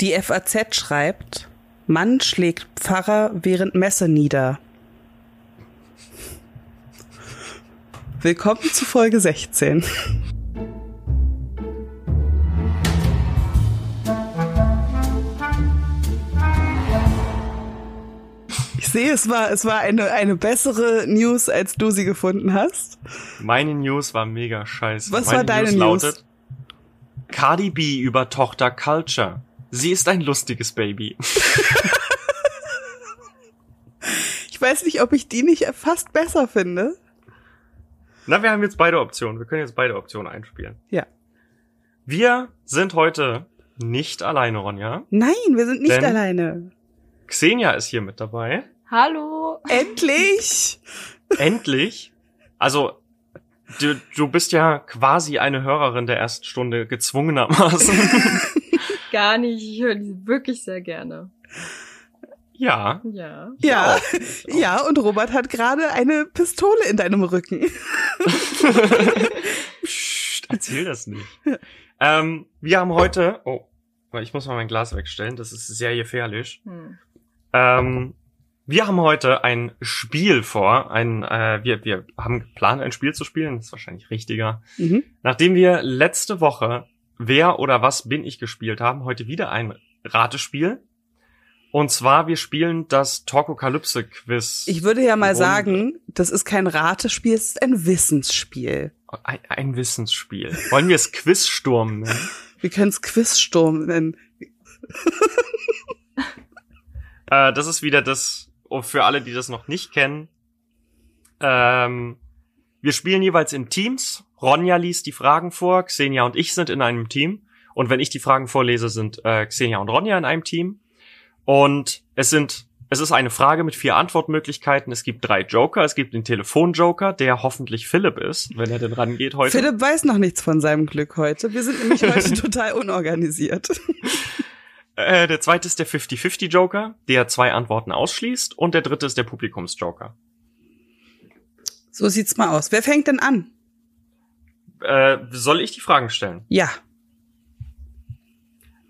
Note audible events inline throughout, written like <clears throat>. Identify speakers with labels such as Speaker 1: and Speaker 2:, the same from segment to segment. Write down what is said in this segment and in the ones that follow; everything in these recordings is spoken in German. Speaker 1: Die FAZ schreibt, Mann schlägt Pfarrer während Messe nieder. Willkommen zu Folge 16. Ich sehe, es war, es war eine, eine bessere News, als du sie gefunden hast.
Speaker 2: Meine News war mega scheiße.
Speaker 1: Was
Speaker 2: Meine
Speaker 1: war deine News?
Speaker 2: Cardi B über Tochter Culture. Sie ist ein lustiges Baby.
Speaker 1: Ich weiß nicht, ob ich die nicht fast besser finde.
Speaker 2: Na, wir haben jetzt beide Optionen. Wir können jetzt beide Optionen einspielen.
Speaker 1: Ja.
Speaker 2: Wir sind heute nicht alleine, Ronja.
Speaker 1: Nein, wir sind nicht
Speaker 2: Denn-
Speaker 1: alleine.
Speaker 2: Xenia ist hier mit dabei.
Speaker 3: Hallo.
Speaker 1: Endlich!
Speaker 2: Endlich. Also, du, du bist ja quasi eine Hörerin der ersten Stunde gezwungenermaßen. <laughs>
Speaker 3: Gar nicht. Ich höre die wirklich sehr gerne.
Speaker 2: ja.
Speaker 3: Ja.
Speaker 1: Ja,
Speaker 2: Ich auch. Ich auch.
Speaker 1: ja, und Robert hat gerade eine Pistole in deinem Rücken.
Speaker 2: <laughs> Psst, erzähl das nicht. ähm, wir haben heute. Oh, ich muss mal mein Glas wegstellen, das ist sehr gefährlich.
Speaker 3: Hm.
Speaker 2: Ähm, wir haben heute ein Spiel vor. Ein, äh, wir, wir haben geplant, ein Spiel zu spielen. Das ist wahrscheinlich richtiger.
Speaker 1: Mhm.
Speaker 2: Nachdem wir letzte Woche Wer oder was bin ich gespielt haben, heute wieder ein Ratespiel. Und zwar, wir spielen das Torkokalypse-Quiz.
Speaker 1: Ich würde ja mal
Speaker 2: Runde.
Speaker 1: sagen, das ist kein Ratespiel, es ist ein Wissensspiel.
Speaker 2: Ein, ein Wissensspiel. Wollen wir es Quizsturm nennen?
Speaker 1: Wir können es Quizsturm nennen.
Speaker 2: Äh, das ist wieder das, oh, für alle, die das noch nicht kennen. Ähm, wir spielen jeweils in Teams. Ronja liest die Fragen vor, Xenia und ich sind in einem Team. Und wenn ich die Fragen vorlese, sind äh, Xenia und Ronja in einem Team. Und es sind, es ist eine Frage mit vier Antwortmöglichkeiten. Es gibt drei Joker. Es gibt den Telefonjoker, der hoffentlich Philipp ist, wenn er denn rangeht heute.
Speaker 1: Philipp weiß noch nichts von seinem Glück heute. Wir sind nämlich
Speaker 2: <laughs>
Speaker 1: heute total unorganisiert.
Speaker 2: Äh, der zweite ist der 50-50-Joker, der zwei Antworten ausschließt. Und der dritte ist der Publikumsjoker.
Speaker 1: So sieht's mal aus. Wer fängt denn an?
Speaker 2: Äh, soll ich die Fragen stellen?
Speaker 1: Ja.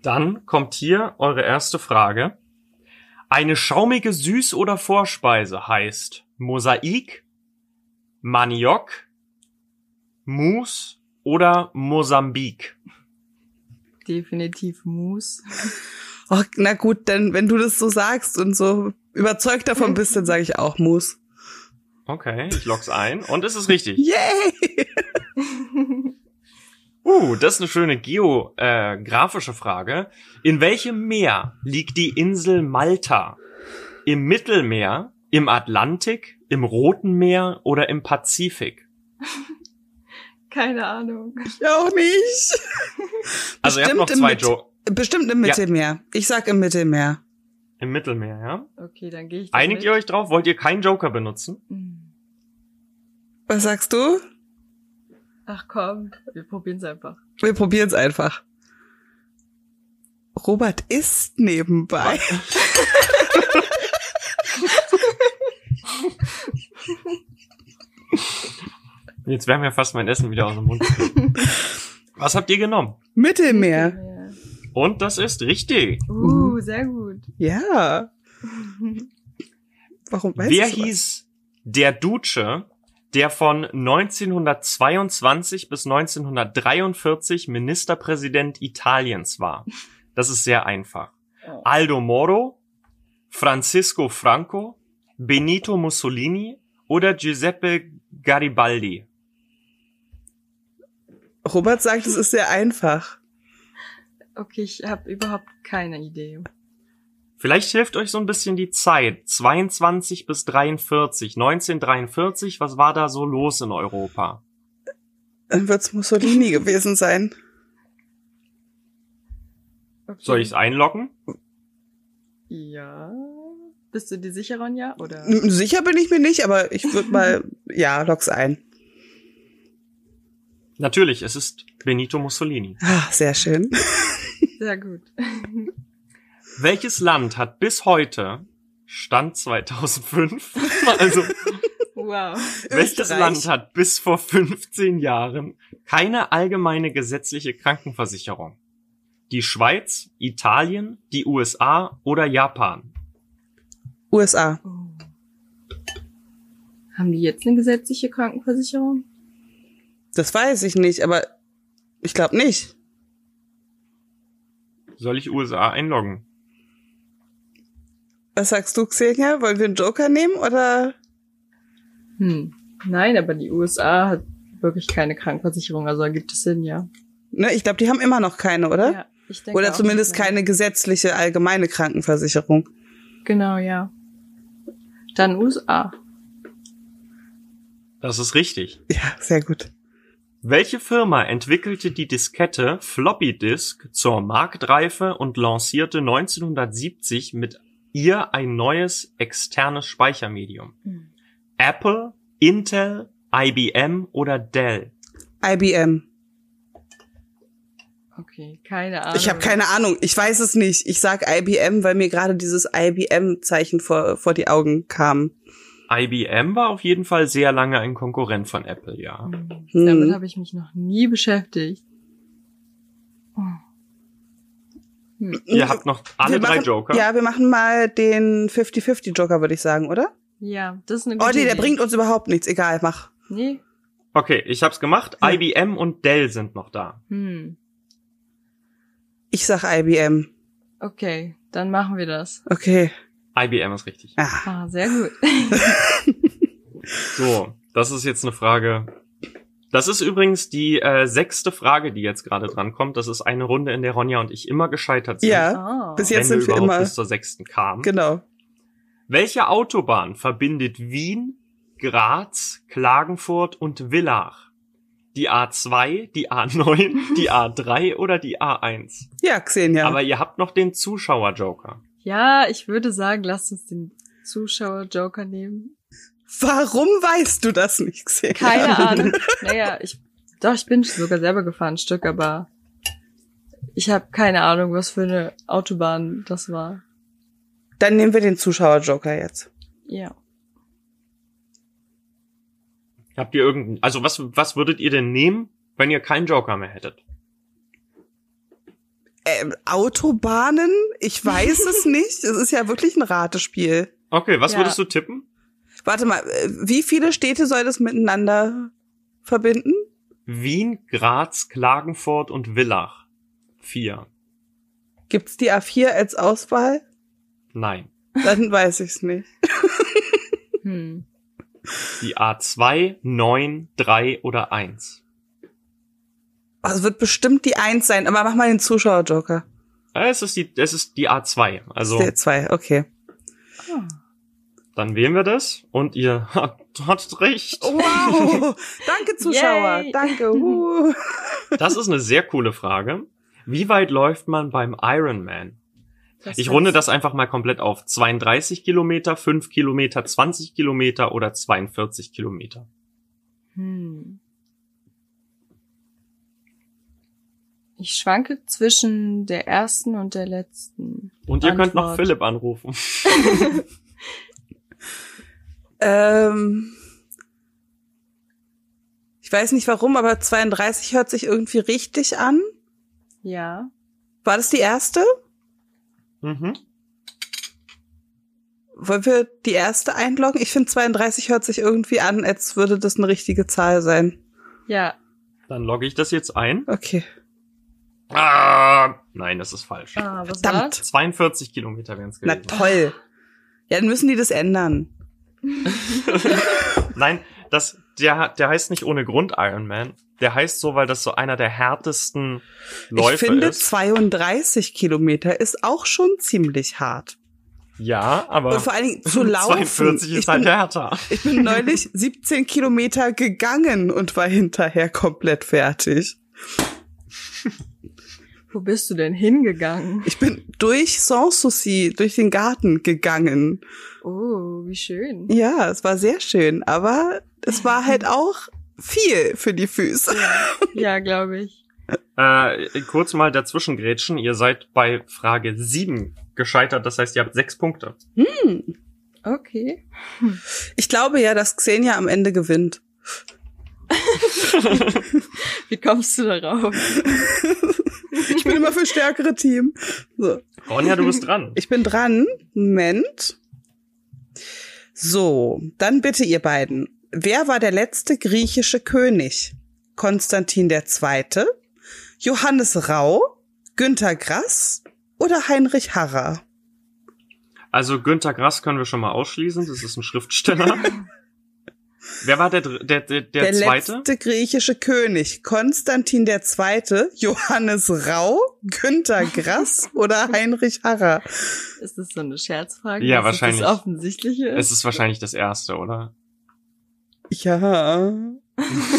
Speaker 2: Dann kommt hier eure erste Frage. Eine schaumige Süß- oder Vorspeise heißt Mosaik, Maniok, Mousse oder Mosambik.
Speaker 3: Definitiv Moose.
Speaker 1: Oh, na gut, denn wenn du das so sagst und so überzeugt davon bist, dann sage ich auch Moos.
Speaker 2: Okay, ich log's ein und es ist richtig.
Speaker 1: Yay!
Speaker 2: Uh, das ist eine schöne geografische Frage. In welchem Meer liegt die Insel Malta? Im Mittelmeer, im Atlantik, im Roten Meer oder im Pazifik?
Speaker 3: <laughs> Keine Ahnung.
Speaker 1: Ich auch nicht.
Speaker 2: Also ihr habt noch
Speaker 1: Bestimmt im
Speaker 2: zwei
Speaker 1: Mit-
Speaker 2: Joe.
Speaker 1: Bestimmt im Mittelmeer. Ich sag im Mittelmeer.
Speaker 2: Im Mittelmeer, ja?
Speaker 3: Okay, dann gehe ich. damit.
Speaker 2: Einigt ihr euch drauf? Wollt ihr keinen Joker benutzen?
Speaker 3: Hm.
Speaker 1: Was sagst du?
Speaker 3: Ach komm, wir probieren es einfach.
Speaker 1: Wir probieren es einfach. Robert isst nebenbei.
Speaker 2: Jetzt wäre mir fast mein Essen wieder aus dem Mund. gefallen. Was habt ihr genommen?
Speaker 1: <laughs> Mittelmeer.
Speaker 2: Und das ist richtig.
Speaker 3: Uh, sehr gut. <laughs>
Speaker 1: Ja. Warum weißt
Speaker 2: Wer
Speaker 1: du sowas?
Speaker 2: hieß der Duce, der von 1922 bis 1943 Ministerpräsident Italiens war? Das ist sehr einfach.
Speaker 3: Oh.
Speaker 2: Aldo Moro, Francisco Franco, Benito Mussolini oder Giuseppe Garibaldi?
Speaker 1: Robert sagt, es ist sehr einfach.
Speaker 3: Okay, ich habe überhaupt keine Idee.
Speaker 2: Vielleicht hilft euch so ein bisschen die Zeit. 22 bis 43, 1943, was war da so los in Europa?
Speaker 1: Dann wird's Mussolini gewesen sein.
Speaker 3: Okay.
Speaker 2: Soll ich's einloggen?
Speaker 3: Ja. Bist du dir sicher, Ronja? Oder?
Speaker 1: N- Sicher bin ich mir nicht, aber ich würde
Speaker 2: <laughs>
Speaker 1: mal, ja, log's ein.
Speaker 2: Natürlich, es ist Benito Mussolini.
Speaker 1: Ah, sehr
Speaker 2: <laughs>
Speaker 1: schön.
Speaker 3: Sehr gut. <laughs>
Speaker 2: Welches Land hat bis heute, Stand 2005, <laughs> also
Speaker 3: Wow.
Speaker 2: welches
Speaker 1: Österreich.
Speaker 2: Land hat bis vor 15 Jahren keine allgemeine gesetzliche Krankenversicherung? die Schweiz, Italien, die USA oder Japan?
Speaker 1: USA.
Speaker 3: Oh. Haben die jetzt eine gesetzliche Krankenversicherung?
Speaker 1: Das weiß ich nicht, aber ich glaube nicht.
Speaker 2: Soll ich USA einloggen?
Speaker 1: Was sagst du, Xenia? Wollen wir einen Joker nehmen oder?
Speaker 3: Hm. Nein, aber die USA hat wirklich keine Krankenversicherung, also ergibt es Sinn, ja.
Speaker 1: Ne, ich glaube, die haben immer noch keine, oder?
Speaker 3: Ja, ich denke
Speaker 1: oder
Speaker 3: auch,
Speaker 1: zumindest
Speaker 3: dass man-
Speaker 1: keine gesetzliche allgemeine Krankenversicherung.
Speaker 3: Genau, ja. Dann USA.
Speaker 2: Das ist richtig.
Speaker 1: Ja, sehr gut.
Speaker 2: Welche Firma entwickelte die Diskette Floppy Disk zur Marktreife und lancierte 1970 mit ihr ein neues externes Speichermedium?
Speaker 3: Hm.
Speaker 2: Apple, Intel, IBM oder Dell?
Speaker 1: IBM.
Speaker 3: Okay, keine Ahnung.
Speaker 1: Ich habe keine Ahnung. Ich weiß es nicht. Ich sag IBM, weil mir gerade dieses IBM-Zeichen vor, vor die Augen kam.
Speaker 2: IBM war auf jeden Fall sehr lange ein Konkurrent von Apple, ja.
Speaker 3: Hm.
Speaker 1: Hm.
Speaker 3: Damit habe ich mich noch nie beschäftigt. Oh. Hm.
Speaker 2: Ihr habt noch alle
Speaker 1: Mhm. Wir
Speaker 2: drei
Speaker 1: machen,
Speaker 2: Joker.
Speaker 1: Ja, wir machen mal den 50-50-Joker, würde ich sagen, oder?
Speaker 3: Ja, das ist eine
Speaker 1: Oh
Speaker 3: gute
Speaker 1: nee, der
Speaker 3: Idee.
Speaker 1: bringt uns überhaupt nichts. Egal, mach.
Speaker 3: Nee.
Speaker 2: Okay, ich hab's gemacht.
Speaker 1: Ja.
Speaker 2: IBM und Dell sind noch da.
Speaker 3: Hm.
Speaker 1: Ich sag IBM.
Speaker 3: Okay, dann machen wir das.
Speaker 1: Okay.
Speaker 2: IBM ist richtig.
Speaker 1: Ah.
Speaker 3: Ah, sehr gut.
Speaker 2: So, das ist jetzt eine Frage. Das ist übrigens die äh, sechste Frage, die jetzt gerade dran kommt. Das ist eine Runde, in der Ronja und ich immer gescheitert sind.
Speaker 1: Ja,
Speaker 3: Ah.
Speaker 1: bis
Speaker 2: wenn
Speaker 1: jetzt
Speaker 2: wir
Speaker 1: sind wir
Speaker 2: überhaupt
Speaker 1: immer.
Speaker 2: bis zur sechsten kamen.
Speaker 1: Genau.
Speaker 2: Welche Autobahn verbindet Wien, Graz, Klagenfurt und Villach? Die A2,
Speaker 1: <laughs>
Speaker 2: die A9, die A3 oder die A1?
Speaker 1: Ja, Xenia.
Speaker 2: Aber ihr habt noch den Zuschauer-Joker.
Speaker 3: Ja, ich würde sagen, lasst uns den Zuschauer-Joker nehmen.
Speaker 1: Warum weißt du das nicht, Xenia? <laughs>
Speaker 3: Keine Ahnung. <laughs> Naja, ich, doch, ich bin sogar selber gefahren, ein Stück, aber ich habe keine Ahnung, was für eine Autobahn das war.
Speaker 1: Dann nehmen wir den Zuschauer-Joker jetzt.
Speaker 3: Ja.
Speaker 2: Habt ihr irgendeinen, also was, was würdet ihr denn nehmen, wenn ihr keinen Joker mehr hättet?
Speaker 1: Ähm, Autobahnen? Ich weiß
Speaker 3: <laughs>
Speaker 1: es nicht. Es ist ja wirklich ein Ratespiel.
Speaker 2: Okay, was
Speaker 3: Ja.
Speaker 2: würdest du tippen?
Speaker 1: Warte mal, äh, wie viele Städte soll das miteinander verbinden?
Speaker 2: Wien, Graz, Klagenfurt und Villach. Vier.
Speaker 1: Gibt's die A4 als Auswahl?
Speaker 2: Nein.
Speaker 1: Dann weiß ich's nicht.
Speaker 3: Hm.
Speaker 2: Die A2, 9, 3 oder 1.
Speaker 1: Also wird bestimmt die Eins sein, aber mach mal den Zuschauer-Joker.
Speaker 2: Äh, Es ist die, es ist die A2. Also,
Speaker 1: Der zwei, okay.
Speaker 3: Ah.
Speaker 2: dann wählen wir das und ihr <laughs> habt, habt recht.
Speaker 1: Oh. Wow! Danke, Zuschauer.
Speaker 3: Yay.
Speaker 1: Danke. Uh.
Speaker 2: Das ist eine sehr coole Frage. Wie weit läuft man beim Ironman?
Speaker 3: Das
Speaker 2: Ich
Speaker 3: heißt-
Speaker 2: runde das einfach mal komplett auf. 32 Kilometer, 5 Kilometer, 20 Kilometer oder 42 Kilometer.
Speaker 3: Hm. Ich schwanke zwischen der ersten und der letzten.
Speaker 2: Und ihr könnt noch
Speaker 3: Antwort.
Speaker 2: Philipp anrufen.
Speaker 1: Ähm, ich weiß nicht warum, aber 32 hört sich irgendwie richtig an.
Speaker 3: Ja.
Speaker 1: War das die erste?
Speaker 2: Mhm.
Speaker 1: Wollen wir die erste einloggen? Ich finde 32 hört sich irgendwie an, als würde das eine richtige Zahl sein.
Speaker 3: Ja.
Speaker 2: Dann logge ich das jetzt ein.
Speaker 1: Okay.
Speaker 2: Ah, nein, das ist falsch.
Speaker 3: Ah, was
Speaker 1: Verdammt.
Speaker 3: war's?
Speaker 2: 42 Kilometer wären es
Speaker 1: Na
Speaker 2: gewesen.
Speaker 1: toll. Ja, dann müssen die das ändern.
Speaker 2: Nein, das, der, hat- der heißt nicht ohne Grund Iron Man. Der heißt so, weil das so einer der härtesten Läufe
Speaker 1: ich finde,
Speaker 2: ist.
Speaker 1: 32 Kilometer ist auch schon ziemlich hart.
Speaker 2: Ja, aber
Speaker 1: Und vor allen Dingen
Speaker 2: <laughs>
Speaker 1: zu laufen.
Speaker 2: 42
Speaker 1: ich,
Speaker 2: ist halt
Speaker 1: bin,
Speaker 2: härter.
Speaker 1: ich bin
Speaker 2: <laughs>
Speaker 1: neulich 17 Kilometer gegangen und war hinterher komplett fertig.
Speaker 3: Wo bist du denn hingegangen?
Speaker 1: Ich bin durch Sanssouci, durch den Garten gegangen.
Speaker 3: Oh, wie schön.
Speaker 1: Ja, es war sehr schön, aber es war halt auch viel für die Füße.
Speaker 3: Ja, glaube ich.
Speaker 2: Äh, kurz mal dazwischen grätschen. Ihr seid bei Frage 7 gescheitert. Das heißt, ihr habt sechs Punkte.
Speaker 3: Okay.
Speaker 1: Ich glaube ja, dass Xenia am Ende gewinnt.
Speaker 3: Wie kommst du darauf?
Speaker 1: Ich bin immer für stärkere Team. So.
Speaker 2: Ronja,
Speaker 1: <laughs>
Speaker 2: du bist dran.
Speaker 1: Ich bin dran. Moment. So, dann bitte ihr beiden. Wer war der letzte griechische König? Konstantin der Zweite, Johannes Rau, Günter Grass oder Heinrich Harrer?
Speaker 2: Also Günther Grass können wir schon mal ausschließen. Das ist
Speaker 1: <laughs>
Speaker 2: ein Schriftsteller. Wer war der, dr- der, der, der,
Speaker 1: der
Speaker 2: zweite?
Speaker 1: letzte griechische König, Konstantin der Zweite, Johannes Rau, Günter Grass oder Heinrich Harrer?
Speaker 3: Ist das so eine Scherzfrage?
Speaker 2: Ja,
Speaker 3: dass es
Speaker 2: wahrscheinlich.
Speaker 3: Das Offensichtliche ist.
Speaker 2: Es ist wahrscheinlich das erste, oder? <laughs>
Speaker 1: Ja.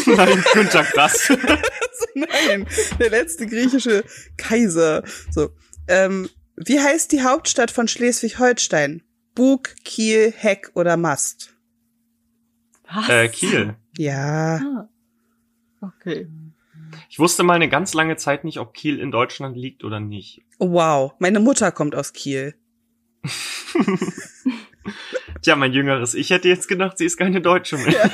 Speaker 2: Nein, Günther Grass.
Speaker 1: <laughs> Nein, der letzte griechische Kaiser. So. Ähm, wie heißt die Hauptstadt von Schleswig-Holstein? Bug, Kiel, Heck oder Mast?
Speaker 3: Was?
Speaker 2: äh, Kiel.
Speaker 1: Ja.
Speaker 3: Ah. Okay.
Speaker 2: Ich wusste mal eine ganz lange Zeit nicht, ob Kiel in Deutschland liegt oder nicht.
Speaker 1: Oh, wow. Meine Mutter kommt aus Kiel.
Speaker 2: Tja, mein jüngeres Ich hätte jetzt gedacht, sie ist keine Deutsche mehr.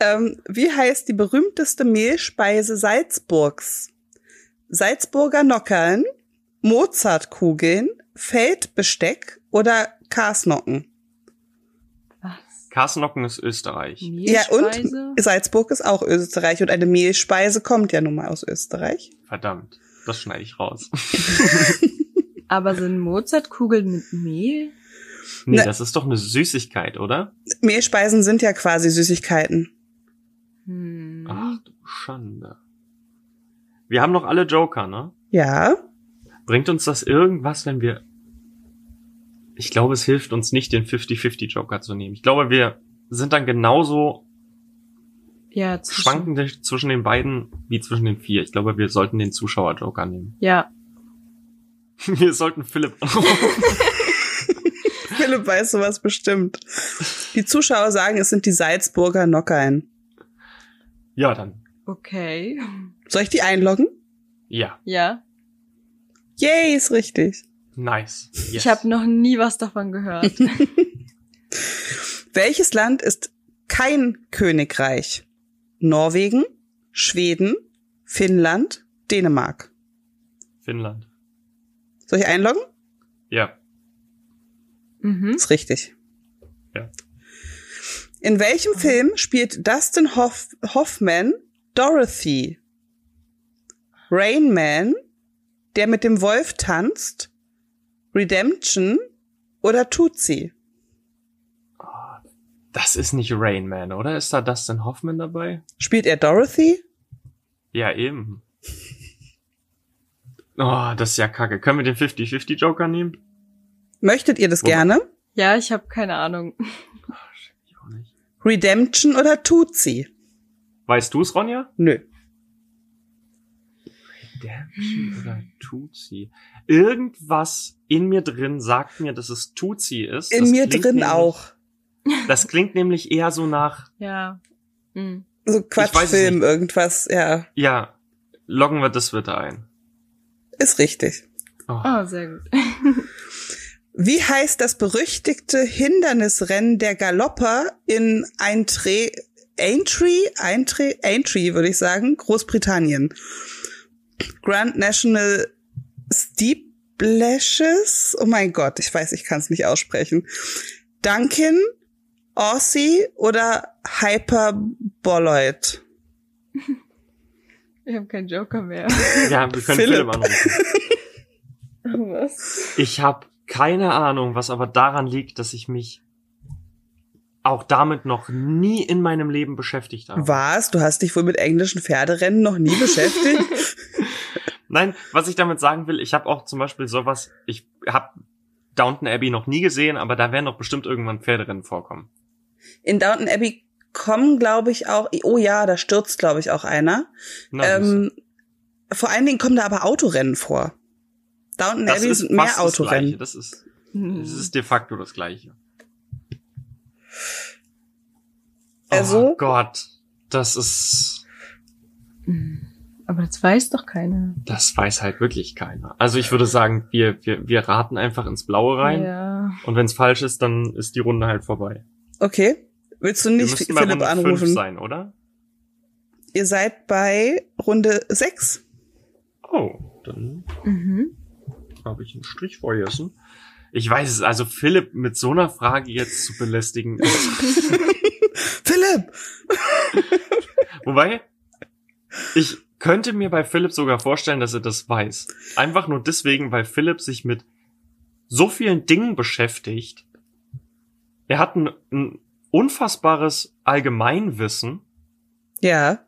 Speaker 1: Ähm, wie heißt die berühmteste Mehlspeise Salzburgs? Salzburger Nockern, Mozartkugeln, Feldbesteck oder Karsnocken?
Speaker 3: Was?
Speaker 2: Karlsnocken ist Österreich.
Speaker 1: Ja,
Speaker 3: Mehlspeise?
Speaker 1: und Salzburg ist auch Österreich und eine Mehlspeise kommt ja nun mal aus Österreich.
Speaker 2: Verdammt. Das schneide ich raus. <laughs>
Speaker 3: Aber sind Mozartkugeln mit Mehl?
Speaker 2: Nee,
Speaker 1: Ne.
Speaker 2: das ist doch eine Süßigkeit, oder?
Speaker 1: Mehlspeisen sind ja quasi Süßigkeiten.
Speaker 3: Hm.
Speaker 2: Ach du Schande. Wir haben noch alle Joker, ne?
Speaker 1: Ja. <laughs>
Speaker 2: Bringt uns das irgendwas, wenn wir... Ich glaube, es hilft uns nicht, den 50-50 Joker zu nehmen. Ich glaube, wir sind dann genauso
Speaker 3: Ja, zwischen-
Speaker 2: schwankende zwischen den beiden wie zwischen den vier. Ich glaube, wir sollten den Zuschauer-Joker nehmen.
Speaker 3: Ja,
Speaker 2: <laughs> Wir sollten Philipp.
Speaker 1: Philipp weiß sowas bestimmt. Die Zuschauer sagen, es sind die Salzburger Nockern.
Speaker 2: <laughs> ja, dann.
Speaker 3: okay.
Speaker 1: Soll ich die einloggen?
Speaker 2: Ja.
Speaker 3: Ja.
Speaker 1: Yay, ist richtig.
Speaker 2: Nice. Yes.
Speaker 3: Ich habe noch nie was davon
Speaker 2: <laughs>
Speaker 3: gehört.
Speaker 1: Welches Land ist kein Königreich? Norwegen, Schweden, Finnland, Dänemark.
Speaker 2: Finnland.
Speaker 1: Soll ich einloggen?
Speaker 2: Ja.
Speaker 3: mhm.
Speaker 1: Ist richtig.
Speaker 2: Ja.
Speaker 1: In welchem Film spielt Dustin Hoff Hoffman Dorothy? Rain Man, der mit dem Wolf tanzt, Redemption oder Tutsi?
Speaker 2: Das ist nicht Rain Man, oder? Ist da Dustin Hoffman dabei?
Speaker 1: Spielt er Dorothy?
Speaker 2: Ja, <laughs> eben. Oh, das ist ja kacke. Können wir den 50-50 Joker nehmen?
Speaker 1: Möchtet ihr das
Speaker 2: Wobei-
Speaker 1: gerne?
Speaker 3: Ja, ich habe keine Ahnung.
Speaker 2: Ah, Ich auch nicht.
Speaker 1: Redemption oder Tutsi?
Speaker 2: Weißt du es, Ronja?
Speaker 1: Nö.
Speaker 2: Redemption oder Tutsi? Irgendwas in mir drin sagt mir, dass es Tutsi ist.
Speaker 1: In
Speaker 2: Das
Speaker 1: mir
Speaker 2: klingt
Speaker 1: drin
Speaker 2: nämlich-
Speaker 1: auch.
Speaker 2: Das klingt nämlich eher so nach,
Speaker 3: Ja. Hm.
Speaker 1: So
Speaker 2: weiß es
Speaker 1: Quatschfilm,
Speaker 2: nicht.
Speaker 1: irgendwas, ja.
Speaker 2: ja, loggen wir das Twitter ein.
Speaker 1: Ist richtig.
Speaker 2: Oh.
Speaker 3: Oh, sehr gut.
Speaker 1: Wie heißt das berüchtigte Hindernisrennen der Galopper in Eintre Aintree, Aintree, Aintree würde ich sagen, Großbritannien? Grand National Steeplashes? Oh mein Gott, ich weiß, ich kann es nicht aussprechen. Duncan, Aussie oder Hyperboloid?
Speaker 3: Ich habe keinen Joker mehr. <laughs>
Speaker 2: Ja, <laughs> wir können
Speaker 1: Philipp.
Speaker 2: Philipp anrufen.
Speaker 3: Was?
Speaker 2: Ich habe keine Ahnung, was aber daran liegt, dass ich mich auch damit noch nie in meinem Leben beschäftigt habe.
Speaker 1: Was? Du hast dich wohl mit englischen Pferderennen noch nie beschäftigt?
Speaker 2: Nein, was ich damit sagen will, ich habe auch zum Beispiel sowas, ich habe Downton Abbey noch nie gesehen, aber da werden doch bestimmt irgendwann Pferderennen vorkommen.
Speaker 1: In Downton Abbey kommen, glaube ich, auch. Oh ja, da stürzt, glaube ich, auch einer.
Speaker 2: Na,
Speaker 1: Ähm, vor allen Dingen kommen da aber Autorennen vor. Downton
Speaker 2: das
Speaker 1: Abbey
Speaker 2: ist
Speaker 1: sind
Speaker 2: fast
Speaker 1: mehr
Speaker 2: das Gleiche.
Speaker 1: Autorennen.
Speaker 2: Das ist,
Speaker 3: Hm.
Speaker 2: das ist de facto das Gleiche.
Speaker 1: Also-
Speaker 2: oh Gott, das ist,
Speaker 3: Aber das weiß doch keiner.
Speaker 2: das weiß halt wirklich keiner. Also ich würde sagen, wir, wir, wir raten einfach ins Blaue rein.
Speaker 3: Ja.
Speaker 2: Und wenn es falsch ist, dann ist die Runde halt vorbei.
Speaker 1: Okay. Willst du
Speaker 2: Wir
Speaker 1: nicht
Speaker 2: müssten bei
Speaker 1: Philipp
Speaker 2: Runde fünf
Speaker 1: anrufen?
Speaker 2: sein, oder?
Speaker 1: Ihr seid bei Runde 6.
Speaker 2: Oh, dann
Speaker 3: Mhm.
Speaker 2: habe ich einen Strich vergessen. Ich weiß es, also Philipp mit so einer Frage jetzt zu belästigen.
Speaker 1: Philipp!
Speaker 2: Wobei, ich könnte mir bei Philipp sogar vorstellen, dass er das weiß. Einfach nur deswegen, weil Philipp sich mit so vielen Dingen beschäftigt. Er hat ein, ein unfassbares Allgemeinwissen
Speaker 1: Ja.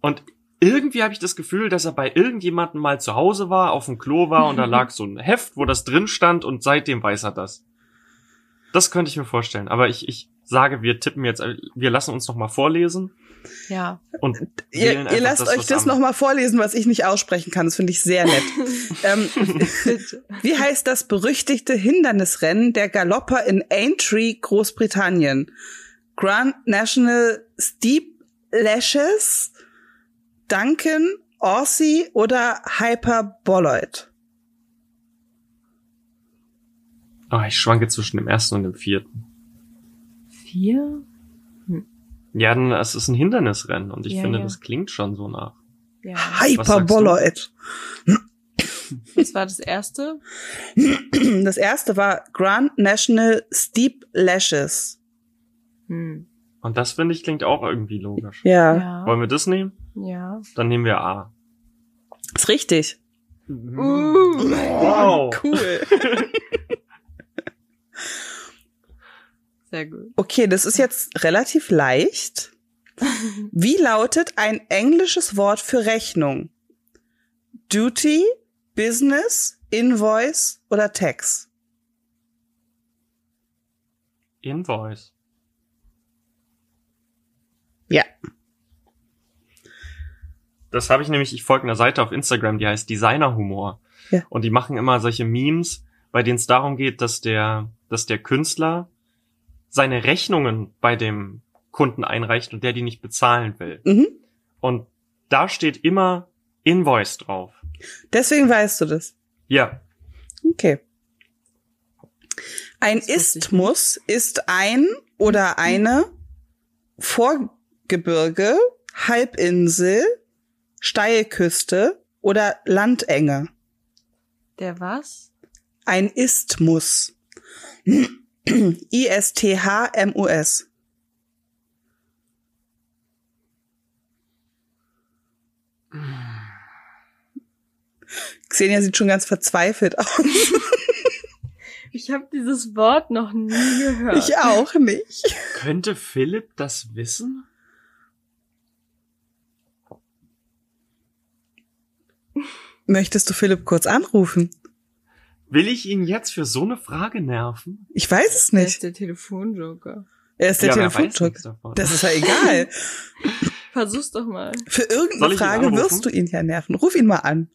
Speaker 2: und irgendwie habe ich das Gefühl, dass er bei irgendjemandem mal zu Hause war, auf dem Klo war und da lag so ein Heft, wo das drin stand und seitdem weiß er das. Das könnte ich mir vorstellen. Aber ich, ich sage, wir tippen jetzt, wir lassen uns nochmal vorlesen
Speaker 3: Ja.
Speaker 2: und wählen
Speaker 1: Ihr,
Speaker 2: einfach
Speaker 1: ihr lasst
Speaker 2: das,
Speaker 1: euch
Speaker 2: was
Speaker 1: das
Speaker 2: am-
Speaker 1: nochmal vorlesen, was ich nicht aussprechen kann. Das finde ich sehr
Speaker 2: <laughs>
Speaker 1: nett. ähm,
Speaker 3: Bitte.
Speaker 1: wie heißt das berüchtigte Hindernisrennen der Galopper in Aintree, Großbritannien? Grand National Steep Lashes, Duncan, Aussie oder Hyperboloid?
Speaker 2: Ah, ich schwanke zwischen dem ersten und dem vierten.
Speaker 3: Vier?
Speaker 2: Ja, dann, es ist ein Hindernisrennen und ich
Speaker 3: Ja,
Speaker 2: finde,
Speaker 3: ja.
Speaker 2: das klingt schon so nach.
Speaker 3: Ja.
Speaker 1: Hyperboloid. <clears throat>
Speaker 3: Das war das erste.
Speaker 1: Das erste war Grand National Steep Lashes.
Speaker 3: Hm.
Speaker 2: Und das finde ich klingt auch irgendwie logisch.
Speaker 1: Ja,
Speaker 2: Wollen
Speaker 3: Ja.
Speaker 2: wir das nehmen?
Speaker 3: Ja.
Speaker 2: Dann nehmen wir A.
Speaker 1: ist richtig.
Speaker 3: Mhm. Hm. Uh.
Speaker 2: Wow.
Speaker 1: Cool.
Speaker 3: Sehr gut.
Speaker 1: Okay, das ist jetzt relativ leicht. Wie lautet ein englisches Wort für Rechnung? Duty, Business, Invoice oder Tax?
Speaker 2: Invoice.
Speaker 1: Ja.
Speaker 2: Das habe ich nämlich, ich folge einer Seite auf Instagram, die heißt Designerhumor.
Speaker 1: Ja.
Speaker 2: Und die machen immer solche Memes, bei denen es darum geht, dass der, dass der Künstler seine Rechnungen bei dem Kunden einreicht und der die nicht bezahlen will.
Speaker 1: Mhm.
Speaker 2: Und da steht immer Invoice drauf.
Speaker 1: Deswegen weißt du das.
Speaker 2: Ja.
Speaker 1: Okay. Ein
Speaker 3: Das wusste ich
Speaker 1: Isthmus ist ein oder eine Vorgebirge, Halbinsel, Steilküste oder Landenge.
Speaker 3: Der was?
Speaker 1: Ein <clears throat> Isthmus. I-S-T-H-M-U-S. Xenia sieht schon ganz verzweifelt aus.
Speaker 3: Ich habe dieses Wort noch nie gehört.
Speaker 1: Ich auch nicht.
Speaker 2: Könnte Philipp das wissen?
Speaker 1: Möchtest du Philipp kurz anrufen?
Speaker 2: Will ich ihn jetzt für so eine Frage nerven?
Speaker 1: Ich weiß es
Speaker 3: Der
Speaker 1: nicht.
Speaker 3: ist der Telefonjoker.
Speaker 1: Er ist der
Speaker 2: Ja, wer weiß
Speaker 1: Telefonjoker.
Speaker 2: nichts davon.
Speaker 1: Das ist ja egal.
Speaker 3: Versuch's doch mal.
Speaker 1: Für
Speaker 2: Soll
Speaker 1: irgendeine
Speaker 2: ich ihn
Speaker 1: Frage
Speaker 2: anrufen?
Speaker 1: wirst du ihn ja nerven. Ruf ihn mal an.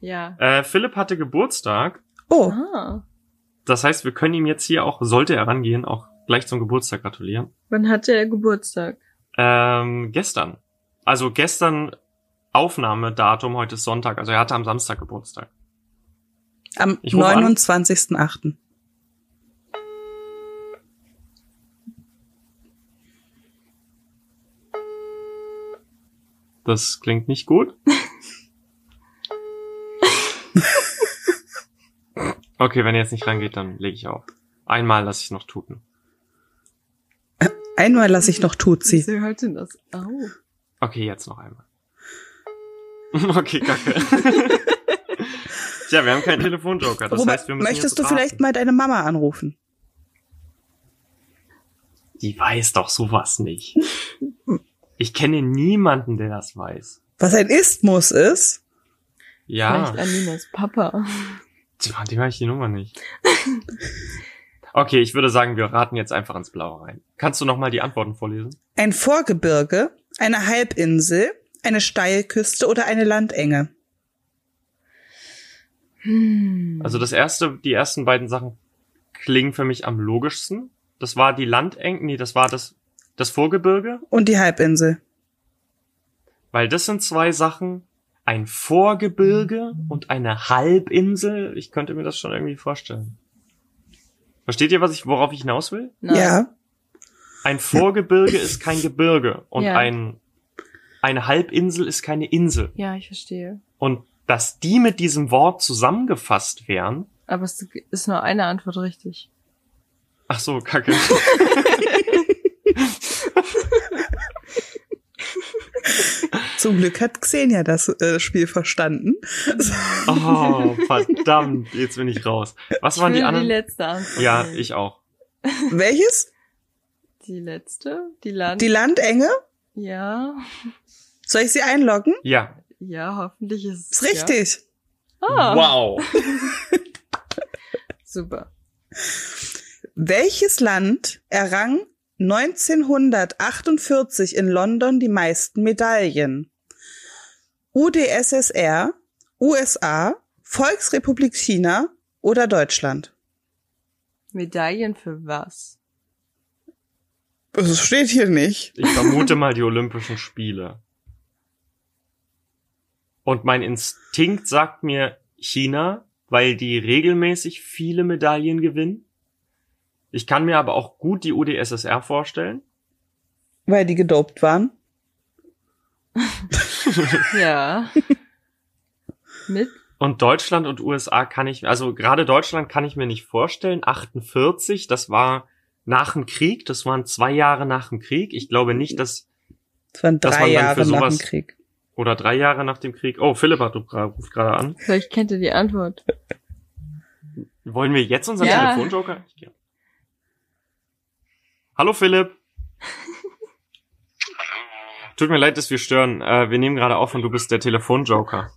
Speaker 3: Ja.
Speaker 2: Äh, Philipp hatte Geburtstag.
Speaker 1: Oh,
Speaker 3: Ah.
Speaker 2: Das heißt, wir können ihm jetzt hier auch, sollte er rangehen, auch gleich zum Geburtstag gratulieren.
Speaker 3: Wann hatte er Geburtstag?
Speaker 2: Ähm, gestern. Also gestern Aufnahmedatum, heute ist Sonntag. Also er hatte am Samstag Geburtstag.
Speaker 1: am
Speaker 2: Ich rufe an.
Speaker 1: 29.08.
Speaker 2: Das klingt nicht gut. okay, wenn er jetzt nicht rangeht, dann lege ich auf. Einmal lasse ich noch tuten.
Speaker 1: Einmal lasse ich noch Tutsi.
Speaker 3: Wieso hört denn das auf?
Speaker 2: Okay, jetzt noch einmal. <laughs> okay, kacke. Tja, wir haben keinen Telefonjoker. Das
Speaker 1: Robert,
Speaker 2: heißt, wir müssen
Speaker 1: möchtest
Speaker 2: jetzt
Speaker 1: du
Speaker 2: raten.
Speaker 1: vielleicht mal deine Mama anrufen?
Speaker 2: Die weiß doch sowas nicht. Ich kenne niemanden, der das weiß.
Speaker 1: Was ein Isthmus ist?
Speaker 2: Ja,
Speaker 3: Vielleicht Aninas Papa.
Speaker 2: von dem habe ich die Nummer nicht. Okay, ich würde sagen, wir raten jetzt einfach ins Blaue rein. Kannst du nochmal die Antworten vorlesen?
Speaker 1: Ein Vorgebirge, eine Halbinsel, eine Steilküste oder eine Landenge?
Speaker 3: Hm.
Speaker 2: Also das erste, die ersten beiden Sachen klingen für mich am logischsten. Das war die Landeng, nee, das war das, das Vorgebirge,
Speaker 1: Und die Halbinsel.
Speaker 2: weil das sind zwei Sachen. Ein Vorgebirge und eine Halbinsel. Ich könnte mir das schon irgendwie vorstellen. Versteht ihr, was ich, worauf ich hinaus will?
Speaker 3: Nein.
Speaker 1: Ja.
Speaker 2: Ein Vorgebirge ist kein Gebirge und
Speaker 3: Ja.
Speaker 2: ein eine Halbinsel ist keine Insel.
Speaker 3: Ja, ich verstehe.
Speaker 2: Und dass die mit diesem Wort zusammengefasst wären.
Speaker 3: Aber es ist nur eine Antwort richtig.
Speaker 2: Ach so, kacke.
Speaker 1: Zum Glück hat Xenia das äh, Spiel verstanden.
Speaker 2: Oh, verdammt, jetzt bin ich raus. Was
Speaker 3: Ich
Speaker 2: waren die
Speaker 3: will
Speaker 2: anderen?
Speaker 3: die letzte Antwort.
Speaker 2: ja,
Speaker 3: nehmen.
Speaker 2: ich auch.
Speaker 1: Welches?
Speaker 3: Die letzte? Die Land?
Speaker 1: Die Landenge?
Speaker 3: ja.
Speaker 1: Soll ich sie einloggen?
Speaker 2: Ja.
Speaker 3: Ja, hoffentlich ist es.
Speaker 1: Ist richtig.
Speaker 3: Ja. Ah,
Speaker 2: Wow.
Speaker 3: Super.
Speaker 1: Welches Land errang 1948 in London die meisten Medaillen? UdSSR, USA, Volksrepublik China oder Deutschland?
Speaker 3: Medaillen für was?
Speaker 1: Das steht hier nicht.
Speaker 2: Ich vermute mal die Olympischen Spiele. Und mein Instinkt sagt mir China, weil die regelmäßig viele Medaillen gewinnen. Ich kann mir aber auch gut die UdSSR vorstellen.
Speaker 1: Weil die gedopt waren.
Speaker 3: Ja. Mit?
Speaker 2: Und Deutschland und USA kann ich, also gerade Deutschland kann ich mir nicht vorstellen. 48, das war nach dem Krieg, das waren zwei Jahre nach dem Krieg. Ich glaube nicht, dass,
Speaker 1: Das waren
Speaker 2: Dass
Speaker 1: drei
Speaker 2: man dann
Speaker 1: Jahre
Speaker 2: für
Speaker 1: nach dem
Speaker 2: sowas-
Speaker 1: Krieg.
Speaker 2: oder drei Jahre nach dem Krieg. Oh, Philipp hat, gra- ruft gerade an.
Speaker 3: Vielleicht kennt ihr die Antwort.
Speaker 2: Wollen wir jetzt unseren
Speaker 3: Ja.
Speaker 2: Telefonjoker? Ich geh- Hallo Philipp. Tut mir leid, dass wir stören. Äh, wir nehmen gerade auf und du bist der Telefonjoker.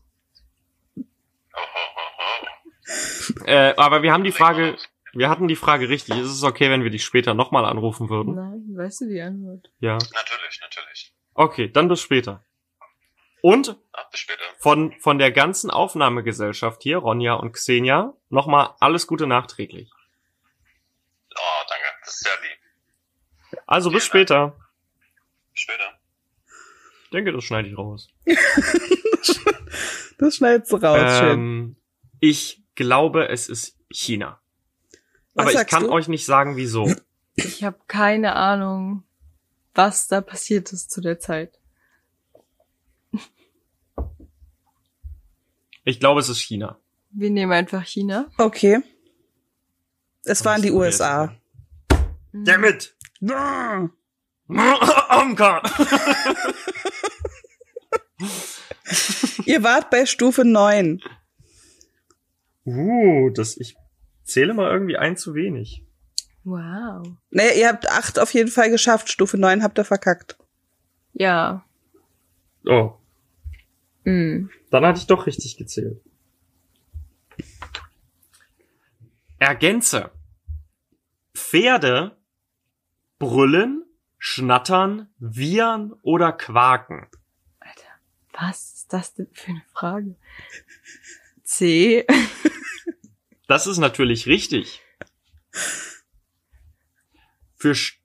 Speaker 4: Mhm.
Speaker 2: Äh, aber wir haben die Frage, wir hatten die Frage richtig. Ist es okay, wenn wir dich später nochmal anrufen würden?
Speaker 3: Nein, weißt du die Antwort?
Speaker 2: Ja.
Speaker 4: Natürlich, natürlich.
Speaker 2: Okay, dann bis später. Und
Speaker 4: Ab bis später.
Speaker 2: von, von der ganzen Aufnahmegesellschaft hier, Ronja und Xenia, nochmal alles Gute nachträglich.
Speaker 4: Oh, danke. Das ist sehr lieb.
Speaker 2: Also bis
Speaker 4: Vielen
Speaker 2: später.
Speaker 4: Bis später.
Speaker 2: Ich denke, das schneide ich raus.
Speaker 1: Das schneidest du raus, schön.
Speaker 2: Ähm, ich glaube, es ist China.
Speaker 1: Was
Speaker 2: Aber ich
Speaker 1: sagst
Speaker 2: kann
Speaker 1: du?
Speaker 2: euch nicht sagen, wieso.
Speaker 3: Ich habe keine Ahnung, was da passiert ist zu der Zeit.
Speaker 2: Ich glaube, es ist China.
Speaker 3: Wir nehmen einfach China.
Speaker 1: Okay. Es
Speaker 2: Was
Speaker 1: waren die
Speaker 2: ist denn
Speaker 1: USA.
Speaker 2: <laughs> Damit!
Speaker 1: Ja.
Speaker 2: Anka!
Speaker 1: Ihr wart bei Stufe 9.
Speaker 2: Uh, das, ich zähle mal irgendwie ein zu wenig.
Speaker 3: Wow.
Speaker 1: Naja, ihr habt 8 auf jeden Fall geschafft. Stufe 9 habt ihr verkackt.
Speaker 3: Ja.
Speaker 2: Oh,
Speaker 3: Mhm.
Speaker 2: dann hatte ich doch richtig gezählt. Ergänze. Pferde brüllen, schnattern, wiehern oder quaken.
Speaker 3: Alter, was ist das denn für eine Frage? C.
Speaker 2: Das ist natürlich richtig. Für St-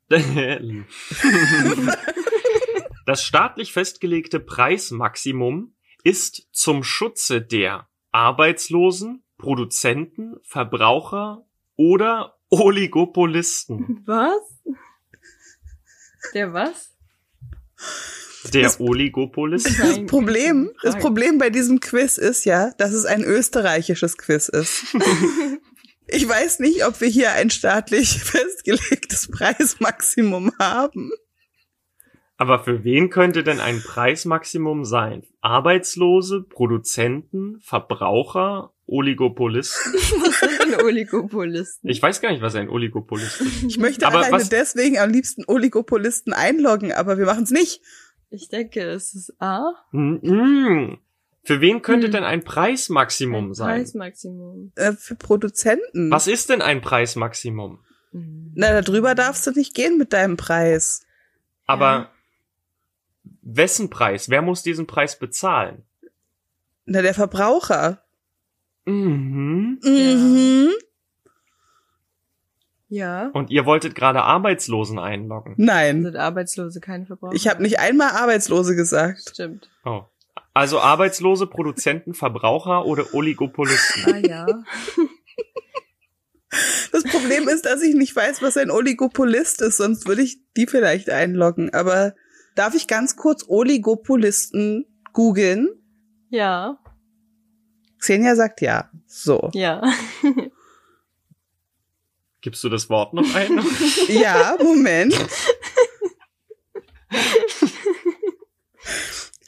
Speaker 2: das staatlich festgelegte Preismaximum ist zum Schutze der Arbeitslosen, Produzenten, Verbraucher oder Oligopolisten.
Speaker 3: Was? Der was?
Speaker 2: Der Oligopolist?
Speaker 1: Das
Speaker 3: Nein,
Speaker 1: Problem,
Speaker 3: keine
Speaker 1: das
Speaker 3: Frage.
Speaker 1: Problem bei diesem Quiz ist ja, dass es ein österreichisches Quiz
Speaker 2: <laughs>
Speaker 1: ist. Ich weiß nicht, ob wir hier ein staatlich <laughs> festgelegtes Preismaximum haben.
Speaker 2: Aber für wen könnte denn ein Preismaximum sein? Arbeitslose, Produzenten, Verbraucher, Oligopolisten?
Speaker 3: Was sind denn Oligopolisten?
Speaker 2: Ich weiß gar nicht, was ein Oligopolist ist.
Speaker 1: Ich möchte
Speaker 2: Aber
Speaker 1: alleine
Speaker 2: was-
Speaker 1: deswegen am liebsten Oligopolisten einloggen, aber wir machen es nicht.
Speaker 3: Ich denke, es ist A.
Speaker 2: Mhm. Für wen könnte
Speaker 3: Hm.
Speaker 2: denn ein Preismaximum
Speaker 3: Ein
Speaker 2: sein?
Speaker 3: Preismaximum.
Speaker 1: Äh, für Produzenten.
Speaker 2: Was ist denn ein Preismaximum?
Speaker 3: Mhm.
Speaker 1: Na, darüber darfst du nicht gehen mit deinem Preis.
Speaker 2: Aber wessen Preis? Wer muss diesen Preis bezahlen?
Speaker 1: Na, der Verbraucher.
Speaker 2: Mhm.
Speaker 1: Mhm.
Speaker 3: Ja.
Speaker 2: Und ihr wolltet gerade Arbeitslosen einloggen.
Speaker 1: Nein.
Speaker 3: Sind Arbeitslose keine Verbraucher?
Speaker 1: Ich habe nicht einmal Arbeitslose gesagt. <laughs>
Speaker 3: Stimmt.
Speaker 2: Oh. Also Arbeitslose, Produzenten, Verbraucher oder Oligopolisten.
Speaker 3: <laughs> Ah ja.
Speaker 1: Das Problem ist, dass ich nicht weiß, was ein Oligopolist ist, sonst würde ich die vielleicht einloggen. Aber Darf ich ganz kurz Oligopolisten googeln?
Speaker 3: Ja,
Speaker 1: Xenia sagt ja.
Speaker 3: <laughs>
Speaker 1: So.
Speaker 3: ja.
Speaker 2: Gibst du das Wort noch ein?
Speaker 1: Ja, Moment.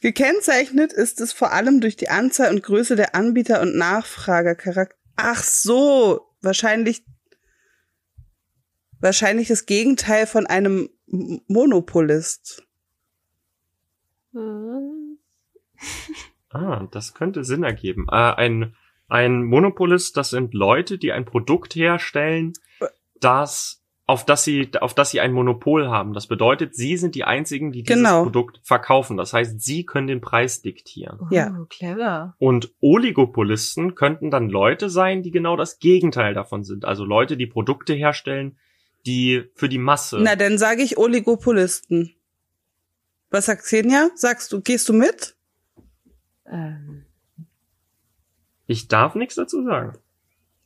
Speaker 1: Gekennzeichnet ist es vor allem durch die Anzahl und Größe der Anbieter und Nachfragercharakter. Ach so, wahrscheinlich wahrscheinlich das Gegenteil von einem M- Monopolist.
Speaker 2: ah, das könnte Sinn ergeben. Äh, ein, ein Monopolist, das sind Leute, die ein Produkt herstellen, das, auf das sie, auf das sie ein Monopol haben. Das bedeutet, sie sind die einzigen, die dieses
Speaker 1: Genau.
Speaker 2: Produkt verkaufen. Das heißt, sie können den Preis diktieren.
Speaker 1: <laughs> Ja.
Speaker 3: Oh, clever.
Speaker 2: Und Oligopolisten könnten dann Leute sein, die genau das Gegenteil davon sind. Also Leute, die Produkte herstellen, die für die Masse.
Speaker 1: Na, dann sage ich Oligopolisten. Was sagt Xenia? Sagst du, gehst du mit?
Speaker 3: Ähm,
Speaker 2: ich darf nichts dazu sagen.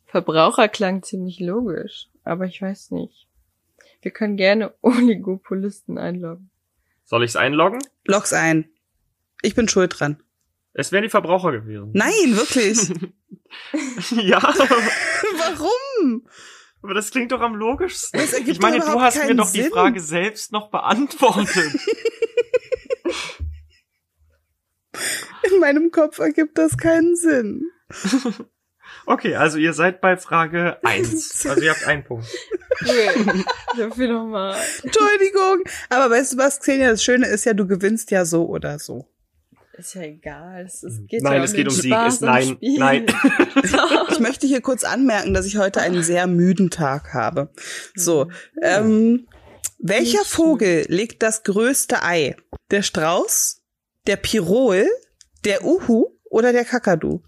Speaker 3: Verbraucher klang ziemlich logisch, aber ich weiß nicht. Wir können gerne <laughs> Oligopolisten einloggen.
Speaker 2: Soll ich es einloggen?
Speaker 1: Log's ein. Ich bin schuld dran.
Speaker 2: Es wären die Verbraucher gewesen.
Speaker 1: Nein, <laughs> wirklich.
Speaker 2: <laughs> ja,
Speaker 1: Warum?
Speaker 2: aber das klingt doch am logischsten.
Speaker 1: Das ergibt
Speaker 2: Ich meine,
Speaker 1: doch
Speaker 2: du
Speaker 1: überhaupt
Speaker 2: hast mir
Speaker 1: keinen
Speaker 2: doch die
Speaker 1: Sinn.
Speaker 2: Frage selbst noch beantwortet.
Speaker 1: <laughs> In meinem Kopf ergibt das keinen Sinn.
Speaker 2: Okay, also ihr seid bei Frage
Speaker 1: <laughs>
Speaker 2: eins. Also ihr habt einen Punkt.
Speaker 3: Cool. <laughs> Dafür nochmal.
Speaker 1: Entschuldigung. Aber weißt du was, Xenia, das Schöne ist ja, du gewinnst ja so oder so.
Speaker 3: Ist ja egal. Es, es geht
Speaker 2: Nein,
Speaker 3: ja
Speaker 2: es
Speaker 3: um
Speaker 2: geht
Speaker 3: den
Speaker 2: um Sieg.
Speaker 3: Spaß
Speaker 2: Es-
Speaker 3: am
Speaker 2: nein,
Speaker 3: Spiel. <laughs>
Speaker 2: nein.
Speaker 1: Ich möchte hier kurz anmerken, dass ich heute einen sehr müden Tag habe. So, ähm, welcher
Speaker 3: Nicht
Speaker 1: Vogel legt das größte Ei? Der Strauß, der Pirol, der Uhu oder der Kakadu?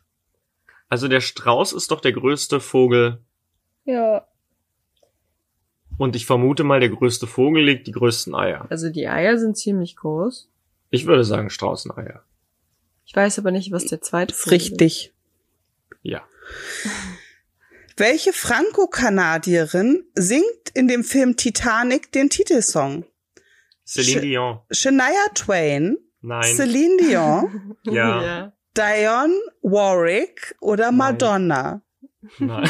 Speaker 2: Also der Strauß ist doch der größte Vogel
Speaker 3: Ja.
Speaker 2: und ich vermute mal, der größte Vogel legt die größten Eier.
Speaker 3: Also die Eier sind ziemlich groß.
Speaker 2: Ich würde sagen Straußeneier.
Speaker 3: Ich weiß aber nicht, was der zweite
Speaker 1: Ist
Speaker 3: Vogel
Speaker 1: richtig.
Speaker 2: Ja.
Speaker 1: Welche Franco-Kanadierin singt in dem Film Titanic den Titelsong?
Speaker 2: Celine
Speaker 1: Sch-
Speaker 2: Dion.
Speaker 1: Shania Twain,
Speaker 2: Nein.
Speaker 1: Celine Dion, <laughs>
Speaker 3: ist. <laughs>
Speaker 2: Ja.
Speaker 1: Dionne Warwick oder
Speaker 2: Nein.
Speaker 1: Madonna? <laughs>
Speaker 2: Nein.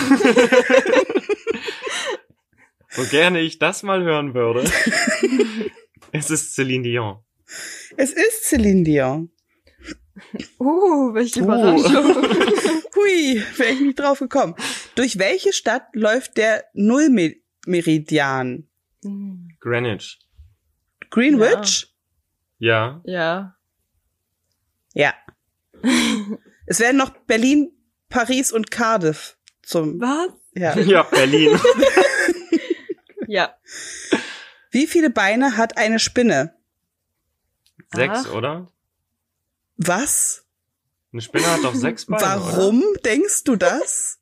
Speaker 2: so gerne ich das mal
Speaker 1: <laughs>
Speaker 2: hören würde. es ist Celine Dion.
Speaker 1: Es ist Celine Dion.
Speaker 3: Uh, welche
Speaker 1: <laughs>
Speaker 2: Uh.
Speaker 3: Überraschung.
Speaker 1: Hui, wäre ich nicht drauf gekommen. Durch welche Stadt läuft der Nullmeridian?
Speaker 3: Hm.
Speaker 2: Greenwich.
Speaker 1: Greenwich?
Speaker 2: Ja.
Speaker 3: ja.
Speaker 1: Ja. es werden noch Berlin, Paris und Cardiff zum.
Speaker 3: Was?
Speaker 1: Ja.
Speaker 2: Ja, Berlin.
Speaker 3: Ja.
Speaker 1: Wie viele Beine hat eine Spinne?
Speaker 2: sechs,
Speaker 3: Ach.
Speaker 2: oder?
Speaker 1: Was?
Speaker 2: Eine Spinne hat doch sechs Beine.
Speaker 1: Warum denkst du das?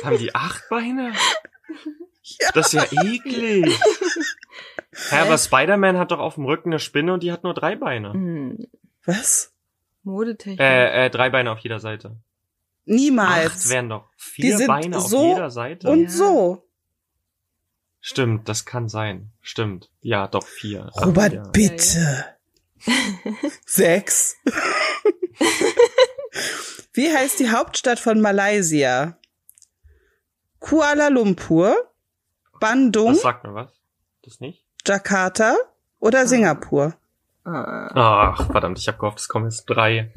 Speaker 2: Oder? Haben die acht
Speaker 1: <laughs>
Speaker 2: Beine? Das ist ja eklig. Hä, aber Spider-Man hat doch auf dem Rücken eine Spinne und die hat nur drei
Speaker 1: Mhm.
Speaker 2: Beine.
Speaker 3: Hm.
Speaker 1: Was?
Speaker 3: Modetechnik.
Speaker 2: Äh, äh, drei Beine auf jeder Seite. Acht
Speaker 1: Niemals.
Speaker 2: wären doch
Speaker 1: Die
Speaker 2: vier
Speaker 1: sind
Speaker 2: Beine auf
Speaker 1: so
Speaker 2: jeder Seite.
Speaker 1: Und
Speaker 3: Ja.
Speaker 1: so.
Speaker 2: Stimmt, das kann sein. Stimmt. Ja, doch vier.
Speaker 1: Robert,
Speaker 2: ja.
Speaker 1: bitte. <laughs>
Speaker 2: <laughs>
Speaker 1: Sechs. Wie heißt die Hauptstadt von Malaysia? Kuala Lumpur, Bandung,
Speaker 2: Das sagt mir was. Das nicht?
Speaker 1: Jakarta oder Singapur?
Speaker 3: Ah.
Speaker 2: Ach, verdammt, ich habe gehofft, es kommen jetzt drei.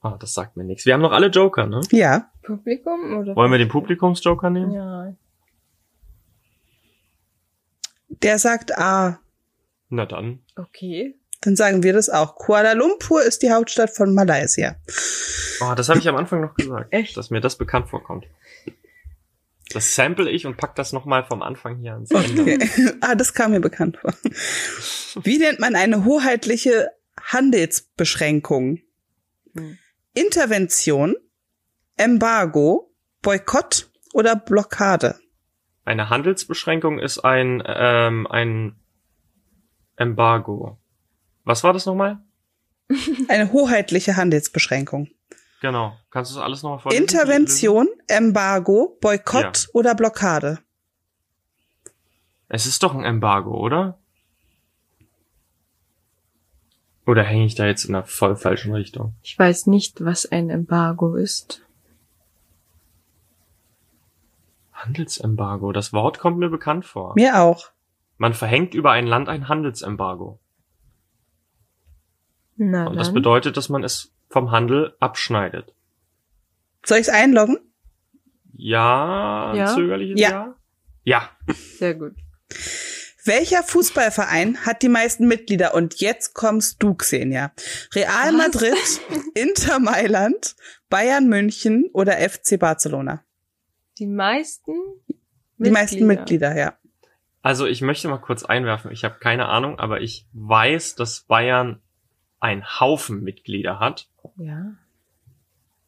Speaker 2: Ah, das sagt mir nichts. Wir haben noch alle Joker, ne?
Speaker 1: Ja.
Speaker 3: Publikum oder?
Speaker 2: Wollen wir den Publikumsjoker nehmen?
Speaker 3: Ja.
Speaker 1: Der sagt A.
Speaker 2: Na dann.
Speaker 3: Okay.
Speaker 1: Dann sagen wir das auch. Kuala Lumpur ist die Hauptstadt von Malaysia.
Speaker 2: Oh, das habe ich am Anfang noch gesagt,
Speaker 3: Echt?
Speaker 2: dass mir das bekannt vorkommt. Das sample ich und pack das nochmal vom Anfang hier ans Ende.
Speaker 1: Okay. ah, das kam mir bekannt vor. Wie nennt man eine hoheitliche Handelsbeschränkung?
Speaker 3: Hm.
Speaker 1: Intervention, Embargo, Boykott oder Blockade?
Speaker 2: Eine Handelsbeschränkung ist ein, ähm, ein Embargo. Was war das nochmal?
Speaker 1: Eine hoheitliche Handelsbeschränkung.
Speaker 2: Genau. Kannst du das alles nochmal vorlesen?
Speaker 1: Intervention, Embargo, Boykott oder Blockade?
Speaker 2: Es ist doch ein Embargo, oder? Oder hänge ich da jetzt in einer voll falschen Richtung?
Speaker 3: Ich weiß nicht, was ein Embargo ist.
Speaker 2: Handelsembargo. Das Wort kommt mir bekannt vor.
Speaker 1: Mir auch.
Speaker 2: Man verhängt über ein Land ein Handelsembargo.
Speaker 3: Na
Speaker 2: Und
Speaker 3: dann.
Speaker 2: das bedeutet, dass man es vom Handel abschneidet.
Speaker 1: Soll ich's einloggen?
Speaker 2: Ja, ein
Speaker 3: Ja?
Speaker 2: zögerliches
Speaker 1: Ja.
Speaker 2: Ja. Ja.
Speaker 3: Sehr gut.
Speaker 1: Welcher Fußballverein hat die meisten Mitglieder? Und jetzt kommst du, Xenia. Real
Speaker 3: Was?
Speaker 1: Madrid,
Speaker 3: <laughs>
Speaker 1: Inter Mailand, Bayern München oder FC Barcelona?
Speaker 3: Die meisten
Speaker 1: Die meisten Mitglieder, ja.
Speaker 2: Also ich möchte mal kurz einwerfen, ich habe keine Ahnung, aber ich weiß, dass Bayern einen Haufen Mitglieder hat.
Speaker 3: Ja.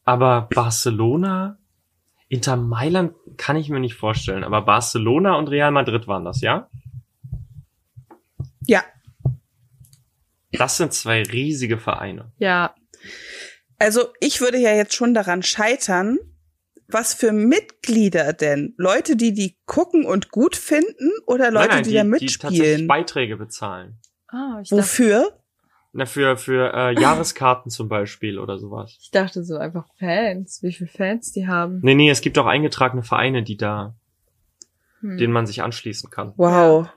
Speaker 2: Aber Barcelona, Inter Mailand kann ich mir nicht vorstellen. Aber Barcelona und Real Madrid waren das, ja?
Speaker 1: Ja.
Speaker 2: Das sind zwei riesige Vereine.
Speaker 3: Ja.
Speaker 1: Also ich würde ja jetzt schon daran scheitern, was für Mitglieder denn? Leute, die die gucken und gut finden oder Leute, die, da
Speaker 2: tatsächlich
Speaker 1: mitspielen?
Speaker 2: Beiträge bezahlen.
Speaker 3: Ah, ich, dachte,
Speaker 1: Wofür?
Speaker 2: Na, für für äh, Jahreskarten zum Beispiel oder sowas.
Speaker 3: ich dachte so einfach Fans, wie viele Fans die haben.
Speaker 2: Nee, nee, es gibt auch eingetragene Vereine, die da,
Speaker 3: Hm.
Speaker 2: denen man sich anschließen kann.
Speaker 1: Wow.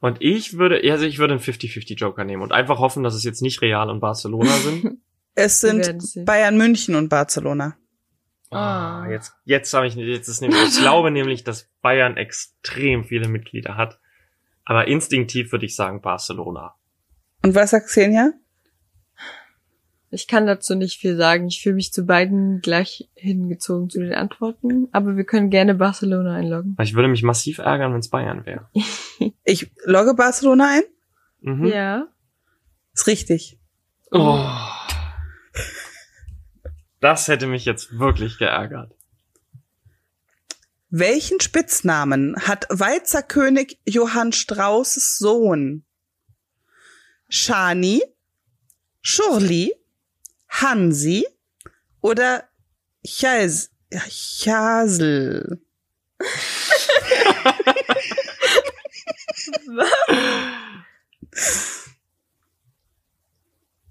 Speaker 2: Und ich würde, also ich würde einen 50-50 Joker nehmen und einfach hoffen, dass es jetzt nicht Real und Barcelona
Speaker 3: <laughs>
Speaker 2: sind.
Speaker 1: Es
Speaker 3: Wir
Speaker 1: sind
Speaker 3: werden sehen.
Speaker 1: Bayern München und Barcelona.
Speaker 2: ah,
Speaker 3: Ah.
Speaker 2: jetzt, jetzt habe ich, jetzt ist nämlich, ich glaube nämlich, dass Bayern extrem viele Mitglieder hat. Aber instinktiv würde ich sagen Barcelona.
Speaker 1: Und was sagt Xenia?
Speaker 3: Ich kann dazu nicht viel sagen. Ich fühle mich zu beiden gleich hingezogen zu den Antworten. Aber wir können gerne Barcelona einloggen.
Speaker 2: Weil Ich würde mich massiv ärgern, wenn es Bayern wäre.
Speaker 1: Ich logge Barcelona ein?
Speaker 2: Mhm.
Speaker 3: Ja.
Speaker 1: Ist richtig.
Speaker 2: Oh. Das hätte mich jetzt wirklich geärgert.
Speaker 1: Welchen Spitznamen hat Weizer König Johann Straußes Sohn? Shani, Schurli, Hansi oder Chas Chasel?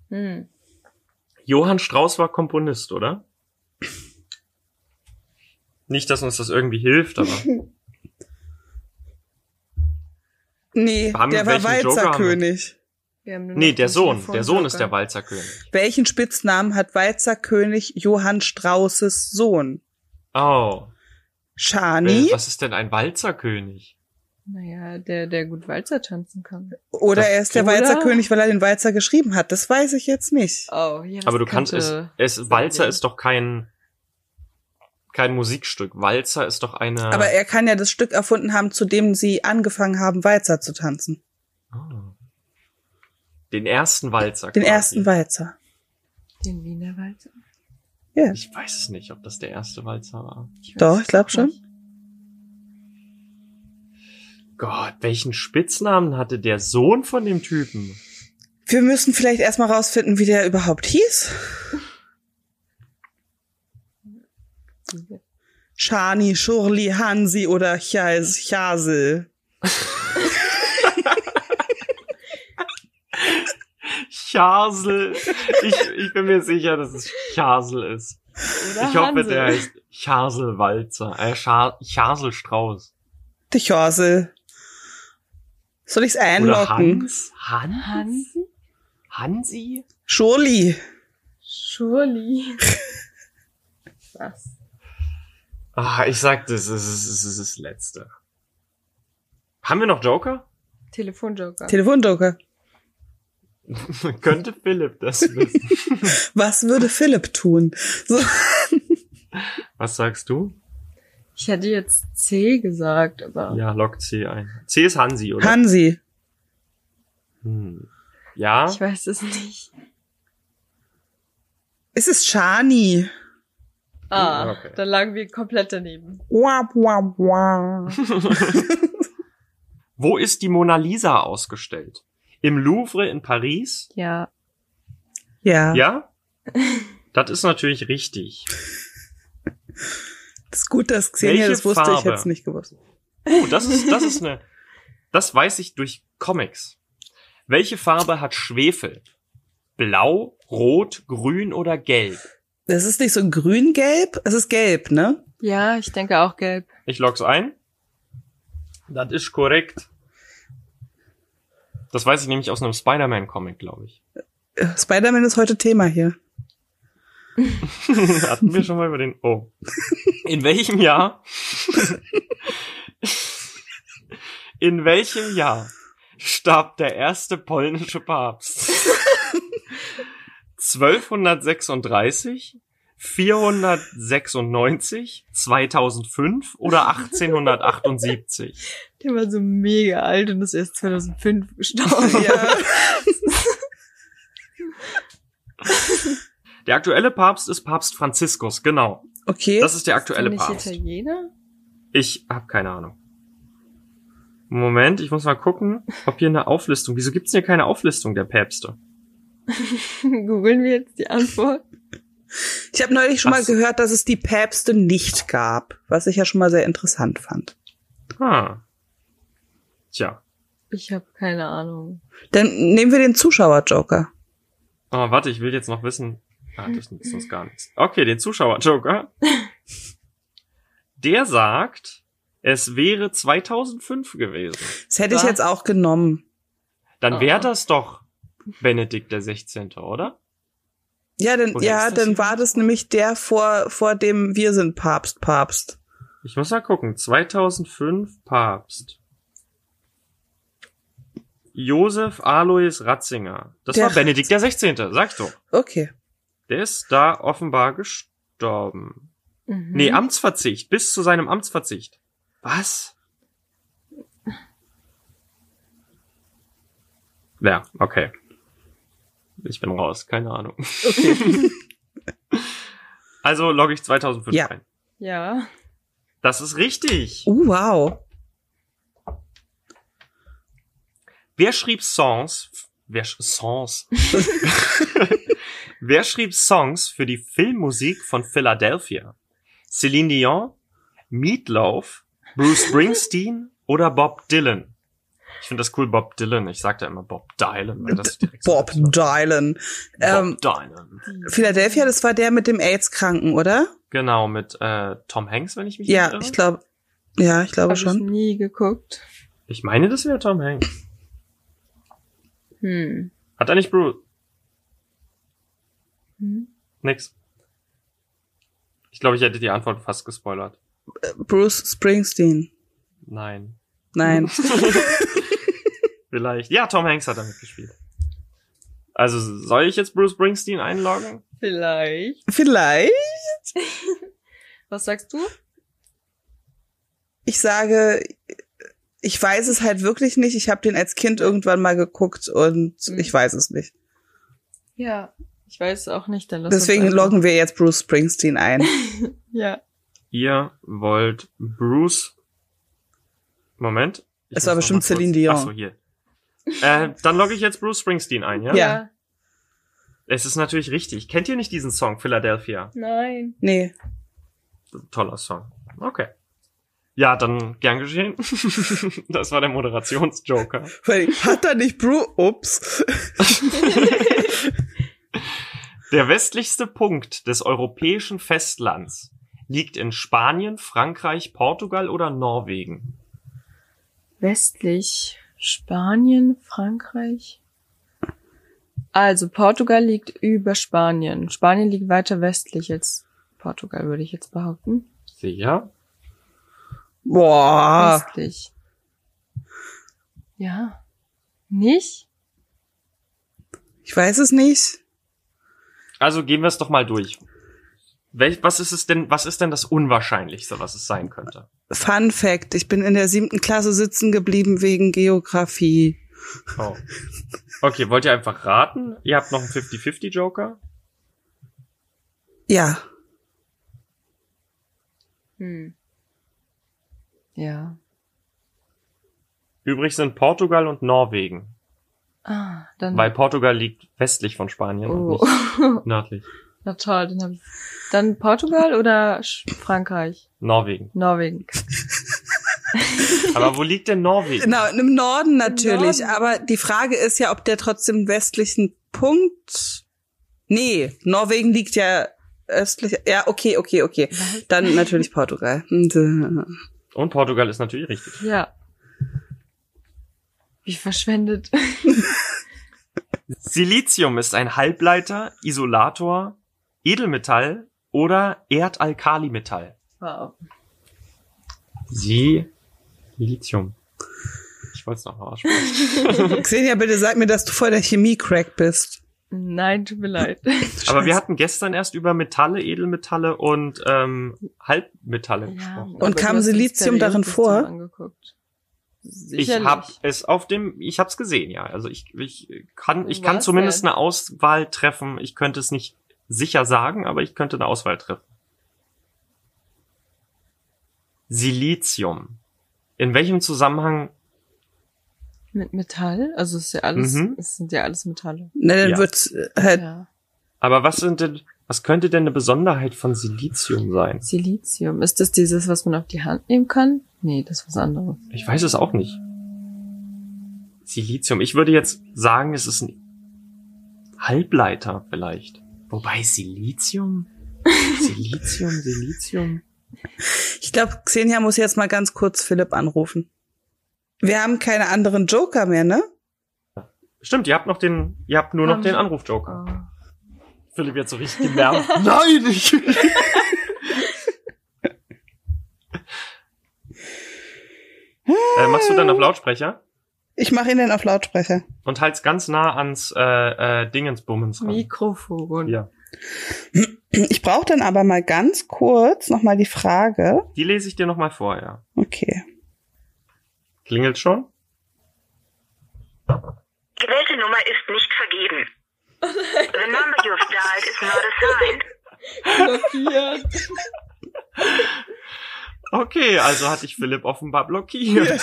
Speaker 3: Hm.
Speaker 2: Johann Strauss war Komponist, oder? Nicht, dass uns das irgendwie hilft, aber
Speaker 1: Nee,
Speaker 2: Haben-
Speaker 1: der war
Speaker 2: welchen Joker
Speaker 1: Weizer
Speaker 2: haben wir?
Speaker 1: König.
Speaker 3: Wir haben nur
Speaker 2: nee,
Speaker 3: noch
Speaker 2: der
Speaker 3: den
Speaker 2: Sohn,
Speaker 3: Telefon-
Speaker 2: der Sohn ist
Speaker 3: Joker.
Speaker 2: der Walzerkönig.
Speaker 1: Welchen Spitznamen hat Weizer König Johann Straußes Sohn?
Speaker 2: Oh,
Speaker 1: Shani
Speaker 2: was ist denn ein Walzerkönig?
Speaker 3: Naja, der, der gut Walzer tanzen kann.
Speaker 1: oder er ist der
Speaker 3: Oder?
Speaker 1: Weizer König, weil er den Weizer geschrieben hat? Das weiß ich jetzt nicht.
Speaker 3: Oh, ja.
Speaker 2: Aber du
Speaker 3: das
Speaker 2: kannst es,
Speaker 3: könnte-
Speaker 2: es Walzer
Speaker 3: sein.
Speaker 2: ist doch kein kein Musikstück. Walzer ist doch eine.
Speaker 1: Aber er kann ja das Stück erfunden haben, zu dem sie angefangen haben, Walzer zu tanzen.
Speaker 2: oh. Den ersten Walzer.
Speaker 1: Den
Speaker 2: quasi.
Speaker 1: ersten Walzer.
Speaker 3: Den Wiener Walzer?
Speaker 1: Ja.
Speaker 2: Ich weiß es nicht, ob das der erste Walzer war.
Speaker 3: Ich weiß
Speaker 1: Doch,
Speaker 3: es
Speaker 1: ich glaub
Speaker 3: auch
Speaker 1: schon.
Speaker 3: nicht.
Speaker 2: Gott, welchen Spitznamen hatte der Sohn von dem Typen?
Speaker 1: Wir müssen vielleicht erstmal rausfinden, wie der überhaupt hieß. Shani, Shurli, Hansi oder Chas- Chasel.
Speaker 2: Chasel. Ich, ich bin mir sicher, dass es Chasel ist.
Speaker 3: Oder
Speaker 2: ich hoffe,
Speaker 3: Ah, Hansel.
Speaker 2: der heißt Chasel Walzer. Äh, Scha Chasel Strauß.
Speaker 1: Der Chasel. Soll ich's
Speaker 2: Oder
Speaker 1: einloggen?
Speaker 2: Hans? Han
Speaker 3: Hansi?
Speaker 2: Hansi?
Speaker 1: Shurli.
Speaker 3: Schurli. Was?
Speaker 2: Ah, ich sagte, es ist, es ist, es ist das Letzte. Haben wir noch Joker? <laughs>
Speaker 3: Telefonjoker.
Speaker 1: Telefonjoker.
Speaker 2: Könnte Philipp das wissen?
Speaker 1: Was würde Philipp tun? So,
Speaker 2: Was sagst du?
Speaker 3: ich hätte jetzt C gesagt, aber
Speaker 2: Ja, lockt C ein. C ist Hansi, oder?
Speaker 1: Hansi.
Speaker 2: hm. Ja?
Speaker 3: ich weiß es nicht.
Speaker 1: Es ist Shani.
Speaker 3: Ah,
Speaker 2: Ah, okay.
Speaker 3: dann lagen wir komplett daneben.
Speaker 1: Wap, wap,
Speaker 2: <laughs>
Speaker 1: wap.
Speaker 2: Wo ist die Mona Lisa ausgestellt? Im Louvre in Paris?
Speaker 3: Ja.
Speaker 1: Ja,
Speaker 2: Ja? Das ist natürlich richtig.
Speaker 1: das ist gut, dass Xenia
Speaker 2: Welche
Speaker 1: das wusste. Ich
Speaker 2: Farbe?
Speaker 1: hätte es nicht gewusst.
Speaker 2: Oh, das ist, das ist eine, das weiß ich durch Comics. Welche Farbe hat Schwefel? Blau, rot, grün oder gelb?
Speaker 1: Es ist nicht so grün-gelb, es ist gelb, ne?
Speaker 3: Ja, ich denke auch gelb.
Speaker 2: Ich log's ein. Das ist korrekt. Das weiß ich nämlich aus einem Spider-Man-Comic, glaube ich.
Speaker 1: Äh, Spider-Man ist heute Thema hier.
Speaker 2: <laughs> Hatten wir schon mal über den. Oh. In welchem Jahr? <laughs> In welchem Jahr starb der erste polnische <laughs> Papst? 1236, 496, 2005 oder 1878?
Speaker 3: Der war so mega alt und ist erst 2005
Speaker 2: Oh,
Speaker 3: <laughs> gestorben.
Speaker 1: Ja.
Speaker 2: Der aktuelle Papst ist Papst Franziskus, genau.
Speaker 1: <laughs> Okay.
Speaker 2: Das ist der aktuelle
Speaker 3: Bin ich
Speaker 2: Papst.
Speaker 3: Italiener? <laughs>
Speaker 2: Ich habe keine Ahnung. Moment, ich muss mal gucken, ob hier eine Auflistung. Wieso gibt's denn hier keine Auflistung der Päpste?
Speaker 3: Googeln wir jetzt die Antwort?
Speaker 1: ich habe neulich schon mal
Speaker 2: Was?
Speaker 1: gehört, dass es die Päpste nicht gab, was ich ja schon mal sehr interessant fand.
Speaker 2: Ah. Tja.
Speaker 3: Ich habe keine Ahnung.
Speaker 1: Dann nehmen wir den Zuschauer-Joker.
Speaker 2: Oh, warte, ich will jetzt noch wissen. Ah, das nützt uns gar nichts. Okay, den Zuschauer-Joker. Der sagt, es wäre 2005 gewesen.
Speaker 1: Das hätte ich
Speaker 3: Was?
Speaker 1: jetzt auch genommen.
Speaker 2: Dann
Speaker 3: Ah.
Speaker 2: wäre das doch Benedikt der 16., oder?
Speaker 1: Ja, denn,
Speaker 2: Oder
Speaker 1: ja,
Speaker 2: ist das
Speaker 1: dann
Speaker 2: hier-
Speaker 1: war das nämlich der vor, vor dem Wir sind Papst, Papst.
Speaker 2: Ich muss mal gucken. 2005 Papst. Josef Alois Ratzinger. Das
Speaker 1: Der
Speaker 2: war Benedikt der 16. Sag doch.
Speaker 1: Okay.
Speaker 2: Der ist da offenbar gestorben.
Speaker 3: Mhm.
Speaker 2: Nee, Amtsverzicht. Bis zu seinem Amtsverzicht. Was? Ja, okay. Ich bin raus. Keine Ahnung. also logge ich 2005
Speaker 1: Ja.
Speaker 2: ein.
Speaker 3: Ja.
Speaker 2: Das ist richtig.
Speaker 1: <laughs> Uh, wow.
Speaker 2: Wer schrieb Songs? f- Wer sch Songs? <laughs> wer schrieb Songs für die Filmmusik von Philadelphia? Celine Dion, Meatloaf, Bruce Springsteen oder Bob Dylan? Ich finde das cool, Bob Dylan. Ich sag da immer Bob Dylan. Weil das direkt so
Speaker 1: Bob
Speaker 2: ist.
Speaker 1: Dylan. Ähm,
Speaker 2: Bob Dylan.
Speaker 1: Philadelphia, das war der mit dem AIDS-Kranken, oder?
Speaker 2: Genau, mit äh, Tom Hanks, wenn ich mich nicht
Speaker 1: Ja,
Speaker 2: irre.
Speaker 1: ich glaube. Ja, ich glaube
Speaker 3: Habe ich
Speaker 1: schon.
Speaker 3: nie geguckt.
Speaker 2: Ich meine, das wäre Tom Hanks.
Speaker 3: Hm.
Speaker 2: Hat er nicht Bruce?
Speaker 3: Hm.
Speaker 2: Nix. Ich glaube, ich hätte die Antwort fast gespoilert.
Speaker 1: Bruce Springsteen.
Speaker 2: Nein. <laughs>
Speaker 1: Nein.
Speaker 2: Vielleicht. Ja, Tom Hanks hat damit gespielt. Also soll ich jetzt Bruce Springsteen einloggen?
Speaker 3: Vielleicht.
Speaker 1: Vielleicht?
Speaker 3: Was sagst du?
Speaker 1: Ich sage, ich weiß es halt wirklich nicht. Ich habe den als Kind irgendwann mal geguckt und
Speaker 3: Mhm.
Speaker 1: ich weiß es nicht.
Speaker 3: Ja. Ich weiß auch nicht, dann lass
Speaker 1: Deswegen
Speaker 3: uns einfach-
Speaker 1: loggen wir jetzt Bruce Springsteen
Speaker 3: <laughs>
Speaker 1: ein.
Speaker 3: Ja.
Speaker 2: Ihr wollt Bruce. Moment. Ich
Speaker 1: Es war
Speaker 2: muss noch mal
Speaker 1: bestimmt Celine
Speaker 2: kurz-
Speaker 1: Dion.
Speaker 2: Achso, hier. Äh, dann logge ich jetzt Bruce Springsteen ein, ja?
Speaker 1: Ja.
Speaker 2: Es ist natürlich richtig. Kennt ihr nicht diesen Song Philadelphia?
Speaker 3: Nein.
Speaker 1: Nee.
Speaker 2: Toller Song. Okay. Ja, dann gern geschehen. <laughs> das war der Moderationsjoker.
Speaker 1: Weil hat er nicht Bruce.
Speaker 3: <laughs>
Speaker 1: Ups.
Speaker 2: Der westlichste Punkt des europäischen Festlands liegt in Spanien, Frankreich, Portugal oder Norwegen.
Speaker 3: Westlich. Spanien, Frankreich. Also, Portugal liegt über Spanien. Spanien liegt weiter westlich als Portugal, würde ich jetzt behaupten.
Speaker 2: Sicher?
Speaker 1: Boah.
Speaker 3: Westlich. Ja. Nicht?
Speaker 1: Ich weiß es nicht.
Speaker 2: Also gehen wir es doch mal durch. Wel was ist es denn, was ist denn das Unwahrscheinlichste, was es sein könnte?
Speaker 1: Fun Fact, ich bin in der siebten Klasse sitzen geblieben wegen Geografie.
Speaker 2: Oh. Okay, wollt ihr einfach raten? Ihr habt noch einen 50-50 Joker?
Speaker 1: Ja,
Speaker 3: Hm. Ja.
Speaker 2: Übrig sind Portugal und Norwegen,
Speaker 3: Ah, dann.
Speaker 2: weil Portugal liegt westlich von Spanien und nicht
Speaker 3: oh.
Speaker 2: nördlich.
Speaker 3: <laughs> Na toll, dann hab ich. Dann Portugal oder Sch Frankreich?
Speaker 2: Norwegen.
Speaker 3: Norwegen.
Speaker 2: Aber wo liegt denn Norwegen?
Speaker 1: Genau, im Norden natürlich.
Speaker 3: Norden.
Speaker 1: Aber die Frage ist ja, ob der trotzdem westlichen Punkt. Nee, Norwegen liegt ja östlich. Ja, okay, okay, okay. Dann natürlich <laughs> Portugal.
Speaker 2: Und Portugal ist natürlich richtig.
Speaker 3: Ja. Wie verschwendet. <laughs>
Speaker 2: Silizium ist ein Halbleiter, Isolator, Edelmetall oder Erdalkalimetall.
Speaker 3: Wow.
Speaker 2: Silizium. Ich wollte es nochmal aussprechen.
Speaker 1: Xenia, bitte sag mir, dass du voll der Chemie-Crack bist.
Speaker 3: Nein, tut
Speaker 2: <laughs>
Speaker 3: mir leid.
Speaker 2: Aber wir hatten gestern erst über Metalle, Edelmetalle und ähm, Halbmetalle gesprochen.
Speaker 1: Und kam Silizium darin vor?
Speaker 2: Ich habe es auf dem, ich habe es gesehen, ja. Also ich, ich kann, ich kann
Speaker 3: Um Was
Speaker 2: zumindest
Speaker 3: denn?
Speaker 2: eine Auswahl treffen. Ich könnte es nicht sicher sagen, aber ich könnte eine Auswahl treffen. Silizium. In welchem Zusammenhang?
Speaker 3: Mit Metall? Also es ist ja alles,
Speaker 2: Mhm.
Speaker 3: es sind ja alles Metalle.
Speaker 1: Na, dann
Speaker 2: Ja.
Speaker 1: wird's halt
Speaker 3: Ja.
Speaker 2: Aber was sind denn, was könnte denn eine Besonderheit von Silizium sein?
Speaker 3: Silizium. Ist das dieses, was man auf die Hand nehmen kann? Nee, das ist was anderes.
Speaker 2: Ich weiß es auch nicht. Silizium. Ich würde jetzt sagen, es ist ein Halbleiter vielleicht. Wobei Silizium? Silizium, Silizium.
Speaker 1: Ich glaube, Xenia muss jetzt mal ganz kurz Philipp anrufen. Wir haben keine anderen Joker mehr, ne?
Speaker 2: Stimmt, ihr habt noch den, ihr habt nur noch
Speaker 3: Haben
Speaker 2: den
Speaker 3: wir-
Speaker 2: Anrufjoker.
Speaker 3: Ah.
Speaker 2: Philipp jetzt so richtig <laughs> genervt. Nein, ich. äh, machst du dann auf Lautsprecher
Speaker 1: Ich mache ihn dann auf Lautsprecher.
Speaker 2: und halt's ganz nah ans äh, äh, Dingensbummens ran.
Speaker 3: Mikrofon.
Speaker 2: Ja.
Speaker 1: Ich brauche dann aber mal ganz kurz nochmal die Frage.
Speaker 2: Die lese ich dir nochmal vor, ja.
Speaker 1: Okay.
Speaker 2: Klingelt schon?
Speaker 5: Die gewählte Nummer ist nicht vergeben. The number you have dialed is not assigned.
Speaker 3: <laughs> Blockiert.
Speaker 2: Okay, also hatte ich Philipp offenbar blockiert.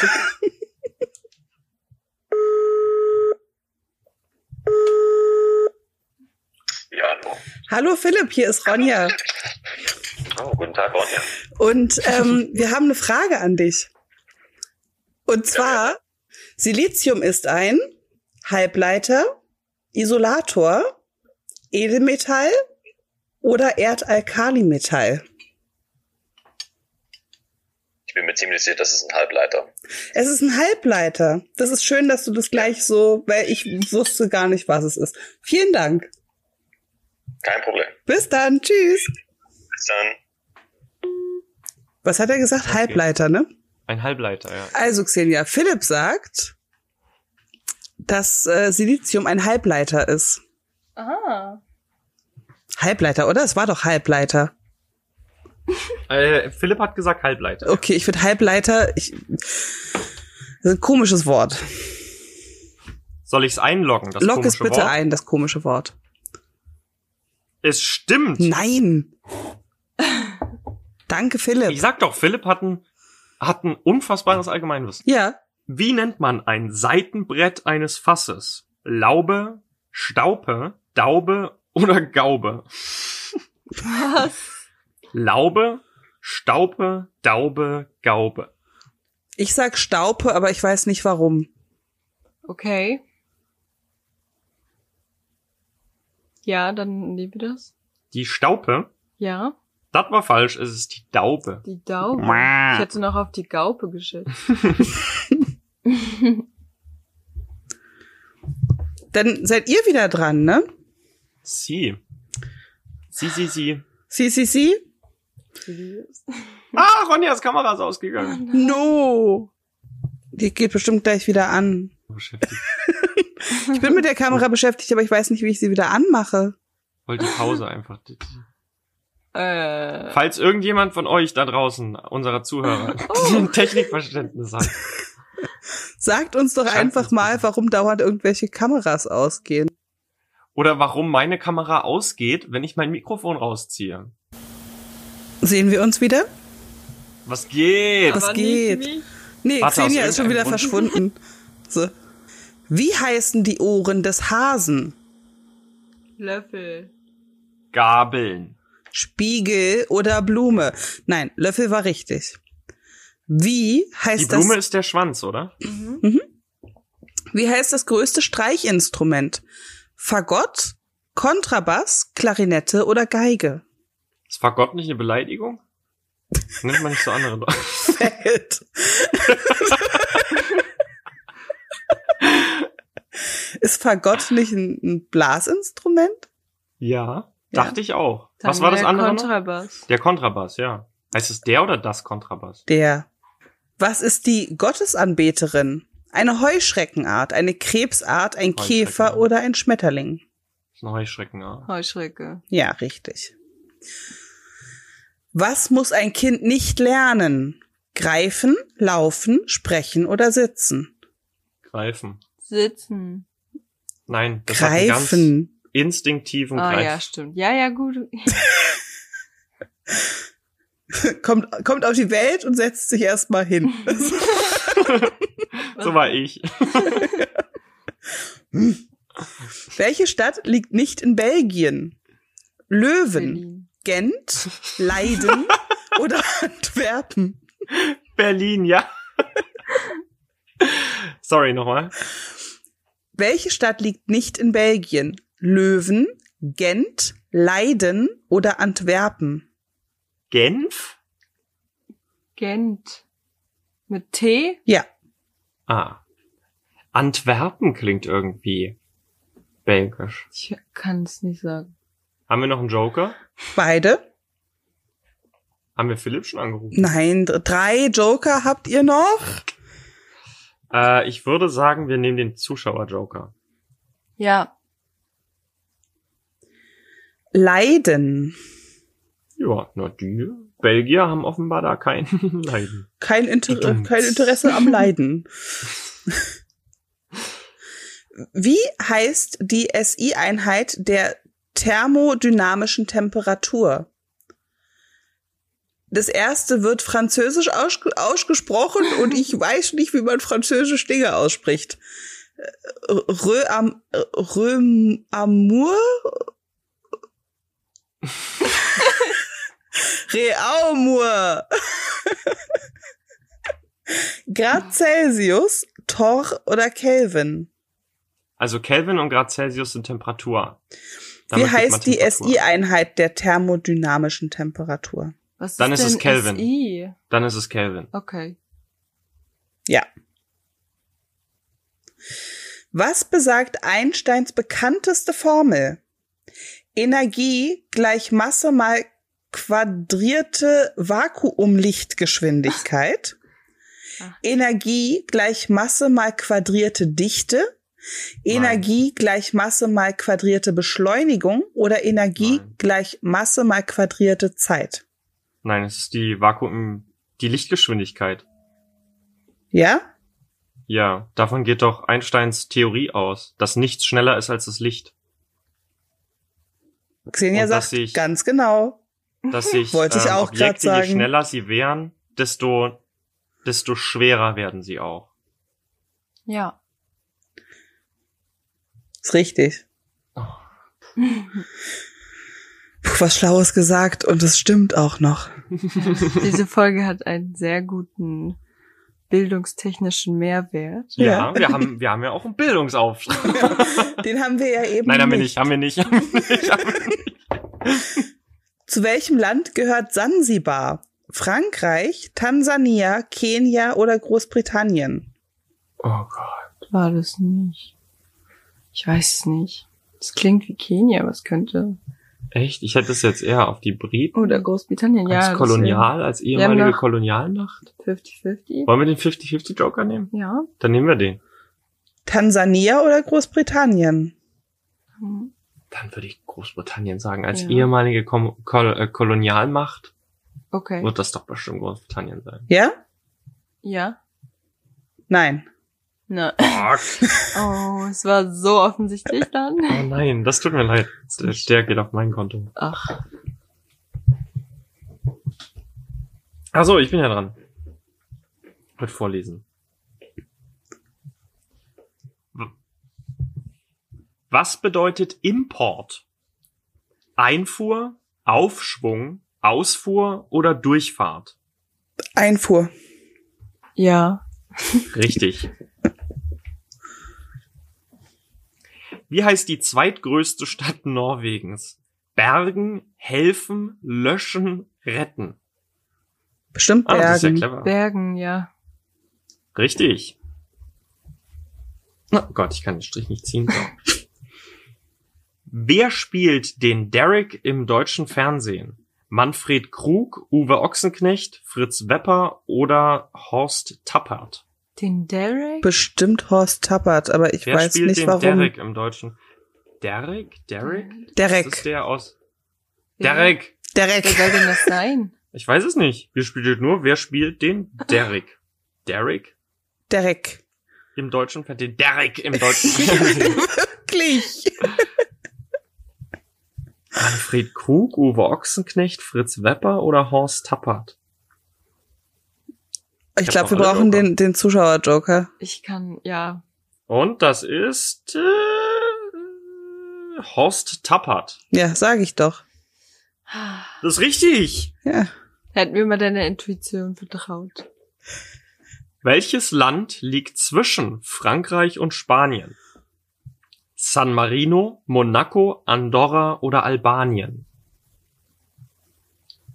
Speaker 4: Ja, hallo.
Speaker 1: Hallo Philipp, hier ist Ronja.
Speaker 4: Oh, guten Tag, Ronja.
Speaker 1: Und ähm, wir haben eine Frage an dich. Und zwar, Silizium ist ein Halbleiter, Isolator, Edelmetall oder Erdalkalimetall.
Speaker 4: Ich bin mir ziemlich sicher, das ist ein Halbleiter.
Speaker 1: Es ist ein Halbleiter. Das ist schön, dass du das gleich so, weil ich wusste gar nicht, was es ist. Vielen Dank.
Speaker 4: Kein Problem.
Speaker 1: Bis dann. Tschüss.
Speaker 4: Bis dann.
Speaker 1: Was hat er gesagt? Halbleiter, ne?
Speaker 2: Ein Halbleiter, ja.
Speaker 1: Also, Xenia, Philipp sagt, dass äh, Silizium ein Halbleiter ist.
Speaker 3: Ah.
Speaker 1: Halbleiter, oder? Es war doch Halbleiter.
Speaker 2: Äh, Philipp hat gesagt Halbleiter.
Speaker 1: Okay, ich finde Halbleiter, ich, das ist ein komisches Wort.
Speaker 2: Soll ich's einloggen? Das
Speaker 1: Lock es
Speaker 2: komische
Speaker 1: bitte
Speaker 2: Wort?
Speaker 1: ein, das komische Wort.
Speaker 2: Es stimmt.
Speaker 1: Nein. Danke,
Speaker 2: Ich
Speaker 1: Philipp.
Speaker 2: sag doch, Philipp hat ein, hat ein unfassbares Allgemeinwissen.
Speaker 1: Ja,
Speaker 2: Wie nennt man ein Seitenbrett eines Fasses? Laube, Staupe, Daube oder Gaube?
Speaker 3: Was?
Speaker 2: Laube, Staupe, Daube, Gaube.
Speaker 1: ich sag Staupe, aber ich weiß nicht warum.
Speaker 3: Okay. Ja, dann nehmen wir das.
Speaker 2: Die Staupe,
Speaker 3: Ja,
Speaker 2: das war falsch, es ist die Daube.
Speaker 3: die Daube. Ich hätte noch auf die Gaupe geschätzt.
Speaker 1: Dann seid ihr wieder dran, ne?
Speaker 2: Sie. Sie, sie, sie.
Speaker 1: Sie, sie, sie?
Speaker 2: Ah, Ronjas Kamera ist ausgegangen.
Speaker 1: No. Die geht bestimmt gleich wieder an.
Speaker 2: Oh, Beschäftigt.
Speaker 1: Ich bin mit der Kamera beschäftigt, aber ich weiß nicht, wie ich sie wieder anmache.
Speaker 2: Wollte die Pause einfach.
Speaker 3: <laughs> äh,
Speaker 2: Falls irgendjemand von euch da draußen, unserer Zuhörer, ein Technikverständnis hat,
Speaker 1: Sagt uns doch
Speaker 2: Scheint
Speaker 1: einfach
Speaker 2: nicht so
Speaker 1: mal,
Speaker 2: sein.
Speaker 1: warum dauernd irgendwelche Kameras ausgehen.
Speaker 2: Oder warum meine Kamera ausgeht, wenn ich mein Mikrofon rausziehe.
Speaker 1: Sehen wir uns wieder?
Speaker 2: Was geht?
Speaker 1: Was
Speaker 3: aber
Speaker 1: geht?
Speaker 3: Nicht mich.
Speaker 1: Nee,
Speaker 2: Warte, aus
Speaker 1: Xenia ist schon wieder
Speaker 2: irgendeinem
Speaker 1: verschwunden. So. Wie heißen die Ohren des Hasen?
Speaker 3: Löffel.
Speaker 2: Gabeln.
Speaker 1: Spiegel oder Blume? Nein, Löffel war richtig. Wie
Speaker 2: Die
Speaker 1: heißt das?
Speaker 2: Blume ist der Schwanz, oder?
Speaker 3: Mhm.
Speaker 1: Wie heißt das größte Streichinstrument? Fagott, Kontrabass, Klarinette oder Geige?
Speaker 2: Ist Fagott nicht eine Beleidigung? Nimmt man nicht so andere Leute. <laughs>
Speaker 1: Feld. Ist Fagott nicht ein, ein Blasinstrument?
Speaker 2: Ja,
Speaker 3: Ja.
Speaker 2: dachte ich auch.
Speaker 3: Dann
Speaker 2: Was war das
Speaker 3: der
Speaker 2: andere? noch?
Speaker 3: Kontrabass.
Speaker 2: Der Kontrabass, ja. Heißt es der oder das Kontrabass?
Speaker 1: Der. Was ist die Gottesanbeterin? Eine Heuschreckenart, eine Krebsart, ein Käfer
Speaker 2: Heuschreckenart.
Speaker 1: oder ein Schmetterling?
Speaker 2: Ist ein Heuschrecken, ja.
Speaker 3: Oh, Heuschrecke.
Speaker 1: Ja, richtig. Was muss ein Kind nicht lernen? Greifen, laufen, sprechen oder sitzen?
Speaker 2: Greifen.
Speaker 3: Sitzen.
Speaker 2: Nein, das hat einen ganz
Speaker 1: Greifen.
Speaker 2: instinktiven
Speaker 3: Ah
Speaker 2: Greif.
Speaker 3: ja, stimmt. Ja, ja, gut.
Speaker 1: Kommt, kommt auf die Welt und setzt sich erstmal hin.
Speaker 2: So war ich.
Speaker 1: Welche Stadt liegt nicht in Belgien? Löwen,
Speaker 3: Berlin.
Speaker 1: Gent, Leiden oder Antwerpen?
Speaker 2: Berlin, ja.
Speaker 3: <laughs>
Speaker 2: Sorry nochmal.
Speaker 1: Welche Stadt liegt nicht in Belgien? Löwen, Gent, Leiden oder Antwerpen?
Speaker 2: Genf?
Speaker 3: Gent. Mit T?
Speaker 1: Ja,
Speaker 2: Ah. Antwerpen klingt irgendwie belgisch.
Speaker 3: Ich kann es nicht sagen.
Speaker 2: Haben wir noch einen Joker?
Speaker 1: beide.
Speaker 2: Haben wir Philipp schon angerufen?
Speaker 1: Nein, d- drei Joker habt ihr noch?
Speaker 2: Äh, ich würde sagen, wir nehmen den Zuschauer-Joker.
Speaker 3: Ja.
Speaker 1: Leiden.
Speaker 2: Ja, na die Belgier haben offenbar da keinen <laughs> Leiden.
Speaker 1: Kein, Inter
Speaker 2: Verdammt.
Speaker 1: kein Interesse am Leiden. Wie heißt die SI-Einheit der thermodynamischen Temperatur? Das erste wird französisch ausge- ausgesprochen und ich weiß nicht, wie man französisch Dinge ausspricht. Äh, Rö am Rö amour? Reaumur. Grad Celsius, Tor oder Kelvin?
Speaker 2: Also Kelvin und Grad Celsius sind Temperatur. Damit
Speaker 1: Wie
Speaker 2: gibt man
Speaker 1: heißt die
Speaker 2: Temperatur.
Speaker 1: SI-Einheit der thermodynamischen Temperatur?
Speaker 3: Was
Speaker 2: Dann
Speaker 3: ist,
Speaker 2: ist es
Speaker 3: denn
Speaker 2: Kelvin.
Speaker 3: SI?
Speaker 2: Dann ist es Kelvin.
Speaker 3: Okay.
Speaker 1: Ja. Was besagt Einsteins bekannteste Formel? Energie gleich Masse mal quadrierte Vakuumlichtgeschwindigkeit.
Speaker 3: Ach.
Speaker 1: Energie gleich Masse mal quadrierte Dichte. Energie gleich Masse mal quadrierte Beschleunigung oder Energie
Speaker 2: Nein.
Speaker 1: gleich Masse mal quadrierte Zeit.
Speaker 2: Nein, es ist die Vakuum, die Lichtgeschwindigkeit.
Speaker 1: Ja?
Speaker 2: Ja, davon geht doch Einsteins Theorie aus, dass nichts schneller ist als das Licht.
Speaker 1: Xenia
Speaker 2: Und das
Speaker 1: sagt
Speaker 2: sehe ich-
Speaker 1: ganz genau. <laughs>
Speaker 2: Dass sich
Speaker 1: Wollte ich
Speaker 2: ähm,
Speaker 1: auch grad
Speaker 2: Objekte, je
Speaker 1: sagen.
Speaker 2: schneller sie wären, desto, desto schwerer werden sie auch.
Speaker 3: Ja.
Speaker 1: Ist richtig.
Speaker 2: Oh.
Speaker 1: Puh, was Schlaues gesagt und es stimmt auch noch.
Speaker 3: Diese Folge hat einen sehr guten bildungstechnischen Mehrwert.
Speaker 2: Ja, wir haben, wir haben ja auch
Speaker 1: <laughs>
Speaker 2: einen Bildungsauftrag.
Speaker 1: Den haben wir
Speaker 2: <laughs>
Speaker 1: ja eben.
Speaker 2: Nein, haben wir nicht, haben wir nicht. <laughs> Haben wir nicht, haben wir nicht.
Speaker 1: Zu welchem Land gehört Sansibar? Frankreich, Tansania, Kenia oder Großbritannien?
Speaker 2: Oh Gott.
Speaker 3: War das nicht? Ich weiß es nicht. Es klingt wie Kenia, aber es könnte.
Speaker 2: Echt? Ich hätte es jetzt eher auf die Briten
Speaker 3: Oder Großbritannien, ja.
Speaker 2: als Kolonial, als
Speaker 3: haben
Speaker 2: ehemalige
Speaker 3: noch-
Speaker 2: Kolonialmacht.
Speaker 3: deswegen 50-50.
Speaker 2: Wollen wir den 50-50 Joker nehmen?
Speaker 3: Ja.
Speaker 2: Dann nehmen wir den.
Speaker 1: Tansania oder Großbritannien?
Speaker 3: Hm.
Speaker 2: Dann würde ich Großbritannien sagen. Als
Speaker 3: Ja.
Speaker 2: ehemalige Kom Kol äh, Kolonialmacht
Speaker 3: Okay.
Speaker 2: Wird das doch bestimmt Großbritannien sein.
Speaker 1: Ja?
Speaker 3: Ja.
Speaker 1: Nein.
Speaker 3: Na.
Speaker 2: <laughs> Oh
Speaker 3: Oh, es war so offensichtlich dann.
Speaker 2: nein, das tut mir leid. Der, der geht auf mein Konto.
Speaker 3: Ach,
Speaker 2: Ach so, ich bin ja dran. Mit Vorlesen. W- Was bedeutet Import? Einfuhr, Aufschwung, Ausfuhr oder Durchfahrt?
Speaker 1: Einfuhr.
Speaker 3: Ja.
Speaker 2: Richtig. Wie heißt die zweitgrößte Stadt Norwegens? Bergen, helfen, löschen, retten.
Speaker 1: Bestimmt
Speaker 2: Ah, das ist ja
Speaker 1: Bergen.
Speaker 2: clever.
Speaker 3: Bergen, ja.
Speaker 2: Richtig. Oh Gott, ich kann den Strich nicht ziehen. <laughs> So. Wer spielt den Derek im deutschen Fernsehen? Manfred Krug, Uwe Ochsenknecht, Fritz Wepper oder Horst Tappert?
Speaker 3: Den Derek?
Speaker 1: Bestimmt Horst Tappert, aber ich
Speaker 2: Wer
Speaker 1: weiß
Speaker 2: spielt
Speaker 1: nicht
Speaker 2: den
Speaker 1: warum.
Speaker 2: Derek im deutschen? Derek? Derek? Das ist
Speaker 1: Derek.
Speaker 2: der aus.
Speaker 3: Ja.
Speaker 2: Derek!
Speaker 3: Wer
Speaker 1: Derek.
Speaker 3: soll denn das sein?
Speaker 2: Ich weiß es nicht. Wir spielt nur, wer spielt den Derek? Derek?
Speaker 1: Derek.
Speaker 2: Im deutschen Fernsehen. Den Derek im deutschen <laughs> Fernsehen.
Speaker 1: Wirklich.
Speaker 2: Manfred Krug, Uwe Ochsenknecht, Fritz Wepper oder Horst Tappert?
Speaker 1: Ich
Speaker 2: hab
Speaker 1: glaube, wir
Speaker 2: noch alle
Speaker 1: brauchen
Speaker 2: Joker.
Speaker 1: den, den Zuschauer-Joker.
Speaker 3: Ich kann, ja.
Speaker 2: Und das ist äh, Horst Tappert.
Speaker 1: Ja, sage ich doch.
Speaker 2: Das ist richtig.
Speaker 1: Ja.
Speaker 3: Hätten wir mal deiner Intuition vertraut.
Speaker 2: Welches Land liegt zwischen Frankreich und Spanien? San Marino, Monaco, Andorra oder Albanien?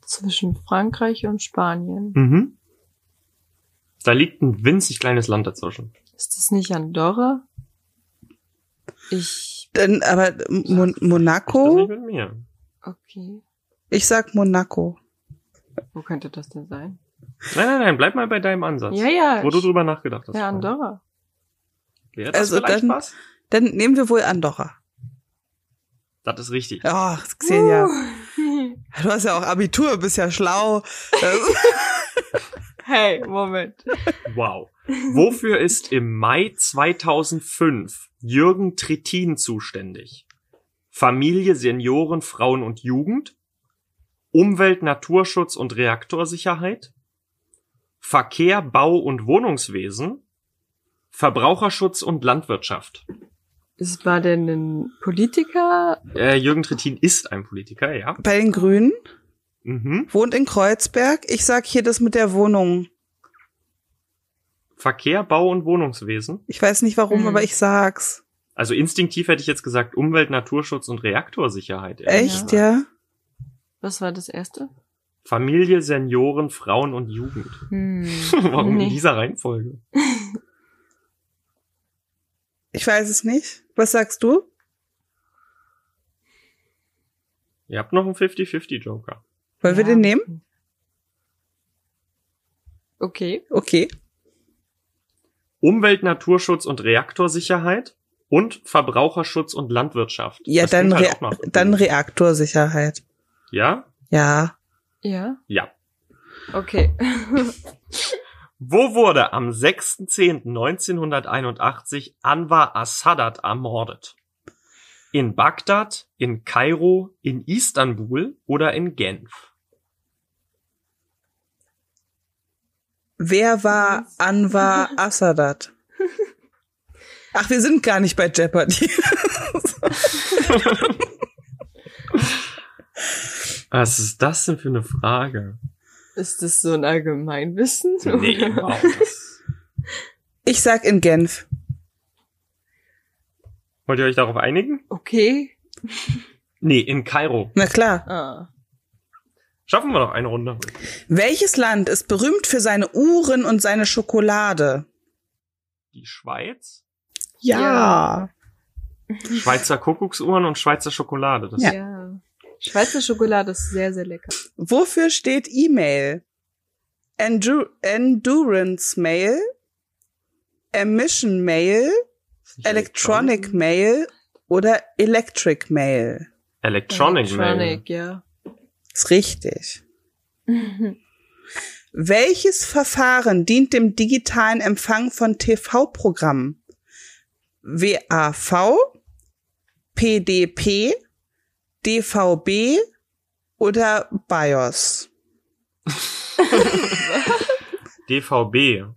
Speaker 3: Zwischen Frankreich und Spanien.
Speaker 2: Mhm. Da liegt ein winzig kleines Land dazwischen.
Speaker 3: Ist das nicht Andorra? Ich,
Speaker 1: Dann, aber Mon
Speaker 2: Das
Speaker 3: Oh.
Speaker 2: nicht
Speaker 1: Monaco?
Speaker 2: mit mir.
Speaker 3: okay.
Speaker 1: Ich sag Monaco.
Speaker 3: Wo könnte das denn sein?
Speaker 2: Nein, nein, nein, bleib mal bei deinem Ansatz.
Speaker 3: Ja, ja.
Speaker 2: Wo du
Speaker 3: ich-
Speaker 2: drüber nachgedacht hast.
Speaker 3: Ja, Andorra.
Speaker 2: Wäre das
Speaker 1: Also
Speaker 2: vielleicht
Speaker 1: dann-
Speaker 2: was?
Speaker 1: Dann nehmen wir wohl Andorra.
Speaker 2: Das ist richtig.
Speaker 1: Oh, Xenia.
Speaker 3: Uh. <laughs>
Speaker 1: Du hast ja auch Abitur, bist ja schlau. Äh,
Speaker 3: Hey, Moment.
Speaker 2: Wow. Wofür ist im Mai 2005 Jürgen Trittin zuständig? Familie, Senioren, Frauen und Jugend? Umwelt, Naturschutz und Reaktorsicherheit? Verkehr, Bau und Wohnungswesen? Verbraucherschutz und Landwirtschaft.
Speaker 3: Es war denn ein Politiker?
Speaker 2: Äh, Jürgen Trittin ist ein Politiker, ja.
Speaker 1: Bei den Grünen
Speaker 2: Mhm.
Speaker 1: wohnt in Kreuzberg. Ich sag hier das mit der Wohnung.
Speaker 2: Verkehr, Bau und Wohnungswesen.
Speaker 1: Ich weiß nicht
Speaker 2: Mhm.
Speaker 1: warum,
Speaker 3: Hm.
Speaker 1: aber ich sag's.
Speaker 2: Also instinktiv hätte ich jetzt gesagt Umwelt, Naturschutz und Reaktorsicherheit. ehrlich
Speaker 1: Echt,
Speaker 2: gesagt.
Speaker 1: ja?
Speaker 3: Was war das erste?
Speaker 2: Familie, Senioren, Frauen und Jugend.
Speaker 3: <laughs> Hm.
Speaker 2: Warum in
Speaker 3: Nee.
Speaker 2: dieser Reihenfolge?
Speaker 1: Ich weiß es nicht. Was sagst du?
Speaker 2: Ihr habt noch einen 50-50 Joker.
Speaker 1: Wollen wir
Speaker 3: Ja.
Speaker 1: den nehmen?
Speaker 3: Okay.
Speaker 1: Okay.
Speaker 2: Umwelt, Naturschutz und Reaktorsicherheit und Verbraucherschutz und Landwirtschaft.
Speaker 1: Ja,
Speaker 2: Das
Speaker 1: dann,
Speaker 2: klingt
Speaker 1: Re
Speaker 2: halt auch nach-
Speaker 1: dann Reaktorsicherheit.
Speaker 2: ja?
Speaker 1: Ja.
Speaker 3: Ja.
Speaker 2: Ja.
Speaker 3: Okay. <laughs>
Speaker 2: Wo wurde am 6.10.1981 Anwar Assadat ermordet? In Bagdad, in Kairo, in Istanbul oder in Genf?
Speaker 1: Wer war Anwar Assadat? Ach, wir sind gar nicht bei Jeopardy.
Speaker 2: Was ist das denn für eine Frage?
Speaker 3: Ist das so ein Allgemeinwissen?
Speaker 2: Nee,
Speaker 3: Oder?
Speaker 2: wow. das-
Speaker 1: Ich sag in Genf.
Speaker 2: Wollt ihr euch darauf einigen?
Speaker 3: Okay.
Speaker 2: Nee, in Kairo.
Speaker 1: Na klar.
Speaker 3: Ah.
Speaker 2: Schaffen wir noch eine Runde.
Speaker 1: Welches Land ist berühmt für seine Uhren und seine Schokolade?
Speaker 2: Die Schweiz?
Speaker 1: Ja.
Speaker 2: Schweizer Kuckucksuhren und Schweizer Schokolade. Das
Speaker 1: Ja.
Speaker 3: Ja. Schweizer Schokolade ist sehr, sehr lecker.
Speaker 1: Wofür steht E-Mail? Endu Endurance Mail? Emission Mail?
Speaker 2: ist nicht
Speaker 1: Electronic Mail? Oder Electric Mail?
Speaker 2: Electronic, Mail.
Speaker 3: Electronic, ja.
Speaker 1: Ist richtig. Welches Verfahren dient dem digitalen Empfang von TV-Programmen? WAV, PDP, DVB oder BIOS?
Speaker 2: DVB.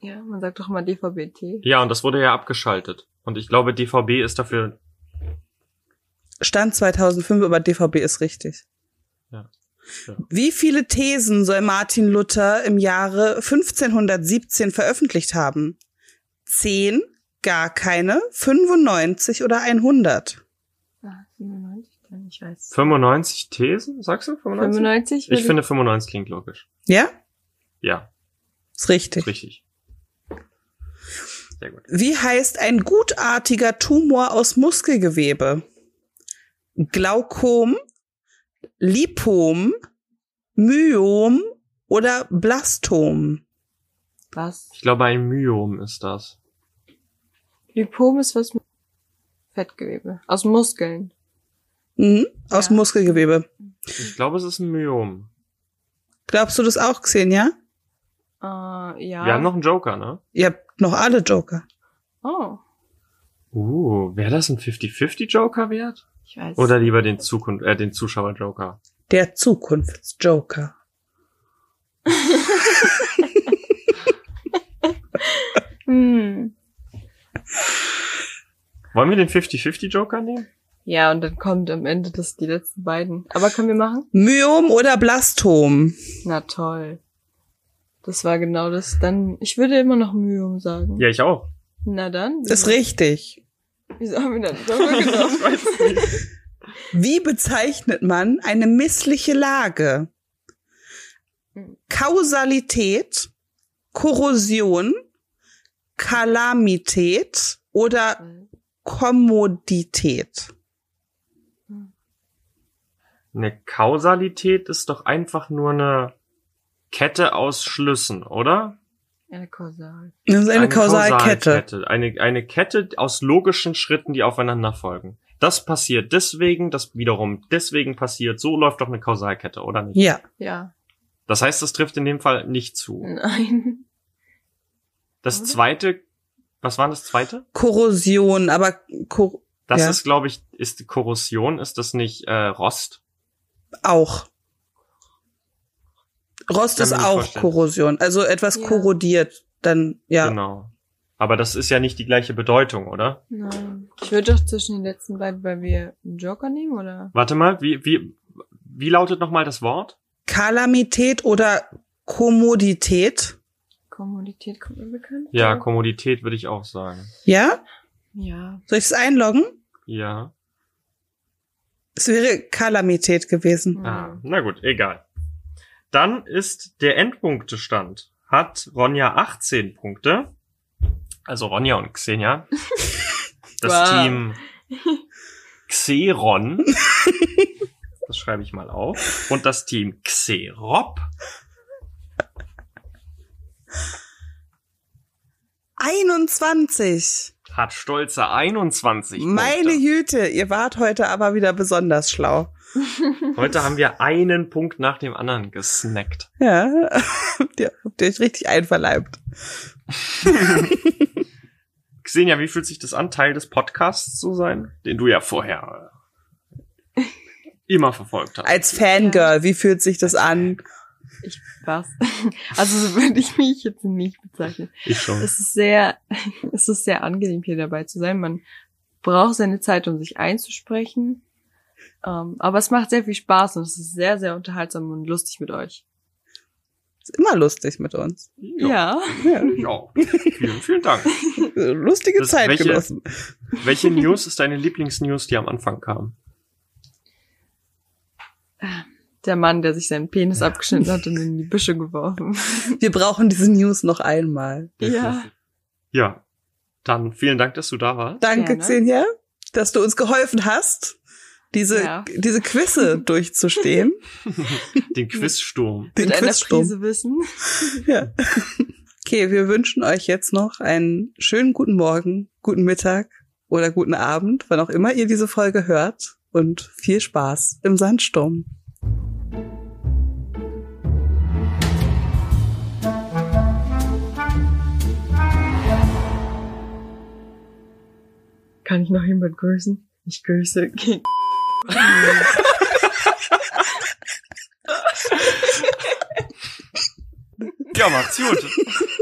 Speaker 3: Ja, man sagt doch mal DVB-T.
Speaker 2: Ja, und das wurde ja abgeschaltet. Und ich glaube, DVB ist dafür.
Speaker 1: Stand 2005, aber DVB ist richtig.
Speaker 2: Ja.
Speaker 1: Wie viele Thesen soll Martin Luther im Jahre 1517 veröffentlicht haben? 10, gar keine, 95 oder 100?
Speaker 3: Ah, 97, dann, ich weiß.
Speaker 2: 95 Thesen, sagst du? 95?
Speaker 3: 95? würde
Speaker 2: Ich finde 95 klingt logisch.
Speaker 1: Ja,
Speaker 2: Ja,
Speaker 1: ist richtig.
Speaker 2: ist richtig. Sehr gut.
Speaker 1: Wie heißt ein gutartiger Tumor aus Muskelgewebe? Glaukom, Lipom, Myom oder Blastom?
Speaker 3: was?
Speaker 2: Ich glaube, ein Myom ist das.
Speaker 3: Lipom ist was mit Fettgewebe. Aus Muskeln.
Speaker 1: Mhm, aus
Speaker 3: Ja.
Speaker 1: Muskelgewebe.
Speaker 2: Ich glaube, es ist ein Myom.
Speaker 1: Glaubst du das auch, Xenia?
Speaker 3: Äh, ja.
Speaker 2: Wir haben noch einen Joker, ne?
Speaker 1: Ihr habt noch alle Joker.
Speaker 3: Oh,
Speaker 2: Uh, wäre das ein 50-50 Joker wert?
Speaker 3: ich weiß.
Speaker 2: Oder lieber den Zukunft, äh, den Zuschauer Joker?
Speaker 1: Der Zukunftsjoker.
Speaker 3: Hm.
Speaker 2: Wollen wir den 50-50 Joker nehmen?
Speaker 3: Ja, und dann kommt am Ende das, die letzten beiden. Aber können wir machen?
Speaker 1: Myom oder Blastom?
Speaker 3: Na toll. Das war genau das. Dann, ich würde immer noch Myom sagen.
Speaker 2: Ja, ich auch.
Speaker 3: Na dann.
Speaker 1: Ist richtig.
Speaker 3: Wieso haben wir dann Joker genommen?
Speaker 1: Wie bezeichnet man eine missliche Lage? Kausalität, Korrosion, Kalamität oder Kommodität?
Speaker 2: Eine Kausalität ist doch einfach nur eine Kette aus Schlüssen, oder?
Speaker 3: Eine Kausal.
Speaker 1: Das ist eine, Kausalkette.
Speaker 2: Eine, eine Kette aus logischen Schritten, die aufeinander folgen. Das passiert deswegen, das wiederum deswegen passiert. So läuft doch eine Kausalkette, oder nicht?
Speaker 1: Ja.
Speaker 3: Ja.
Speaker 2: Das heißt, das trifft in dem Fall nicht
Speaker 3: Mhm.
Speaker 2: zu.
Speaker 3: Nein.
Speaker 2: Das
Speaker 3: Oder?
Speaker 2: zweite, was war das zweite?
Speaker 1: Korrosion, aber Kor
Speaker 2: Das
Speaker 1: Ja.
Speaker 2: ist, glaube ich, ist Korrosion, ist das nicht äh, Rost?
Speaker 1: auch. Rost
Speaker 2: Kann
Speaker 1: ist
Speaker 2: mir nicht
Speaker 1: auch
Speaker 2: vorstellen.
Speaker 1: Korrosion. Also etwas
Speaker 3: Ja.
Speaker 1: korrodiert. Dann, ja.
Speaker 2: Genau. Aber das ist ja nicht die gleiche Bedeutung, oder?
Speaker 3: Nein. Ich würde doch zwischen den letzten beiden, weil wir einen Joker nehmen, oder?
Speaker 2: Warte mal, wie, wie, wie lautet nochmal das Wort?
Speaker 1: Kalamität oder Kommodität.
Speaker 3: Kommodität kommt mir bekannt.
Speaker 2: Ja,
Speaker 3: vor.
Speaker 2: Kommodität würde ich auch sagen.
Speaker 1: Ja?
Speaker 3: Ja.
Speaker 1: Soll ich es einloggen?
Speaker 2: Ja.
Speaker 1: Es wäre Kalamität gewesen.
Speaker 2: Ah,
Speaker 3: Hm.
Speaker 2: na gut, egal. Dann ist der Endpunktestand. Hat Ronja 18 Punkte. Also Ronja und Xenia. Das
Speaker 3: Wow.
Speaker 2: Team Xeron. Das schreibe ich mal auf. Und das Team Xerop.
Speaker 1: einundzwanzig 21.
Speaker 2: hat stolze 21
Speaker 1: Meine
Speaker 2: Punkte.
Speaker 1: Jüte, ihr wart heute aber wieder besonders schlau.
Speaker 2: Heute haben wir einen Punkt nach dem anderen gesnackt.
Speaker 1: Ja, <laughs> habt ihr habt ihr euch richtig einverleibt.
Speaker 2: Xenia, wie fühlt sich das an, Teil des Podcasts zu sein, den du ja vorher äh, immer verfolgt
Speaker 3: Also,
Speaker 2: hast?
Speaker 1: Als Fangirl, wie fühlt sich das an?
Speaker 3: Ich was? <laughs> Also so würde ich mich jetzt nicht bezeichnen.
Speaker 2: Ich schon.
Speaker 3: Es ist sehr, <laughs> es ist sehr angenehm, hier dabei zu sein. Man braucht seine Zeit, um sich einzusprechen. Ähm, aber es macht sehr viel Spaß und es ist sehr, sehr unterhaltsam und lustig mit euch.
Speaker 1: Ist immer lustig mit uns.
Speaker 3: Ja.
Speaker 1: Ja.
Speaker 2: ja. Vielen, vielen
Speaker 3: <laughs>
Speaker 2: Dank.
Speaker 1: Lustige
Speaker 2: Das-
Speaker 1: Zeit
Speaker 2: welche-
Speaker 1: genossen.
Speaker 2: Welche News ist deine Lieblingsnews, die am Anfang kam?
Speaker 3: Der Mann, der sich seinen Penis abgeschnitten hat und in die Büsche geworfen.
Speaker 1: Wir brauchen diese News noch einmal.
Speaker 3: Ja.
Speaker 2: Ja. Dann vielen Dank, dass du da warst.
Speaker 1: Danke,
Speaker 3: Gerne.
Speaker 1: Xenia, dass du uns geholfen hast, diese,
Speaker 3: Ja.
Speaker 1: diese
Speaker 3: <laughs>
Speaker 1: Quizze durchzustehen.
Speaker 2: Den Quizsturm.
Speaker 1: Den
Speaker 3: mit einer
Speaker 1: Quizsturm.
Speaker 3: Prise Wissen.
Speaker 1: Ja. Okay, wir wünschen euch jetzt noch einen schönen guten Morgen, guten Mittag oder guten Abend, wann auch immer ihr diese Folge hört und viel Spaß im Sandsturm.
Speaker 3: Kann ich noch jemand grüßen? Ich grüße.
Speaker 2: Ja, macht's gut.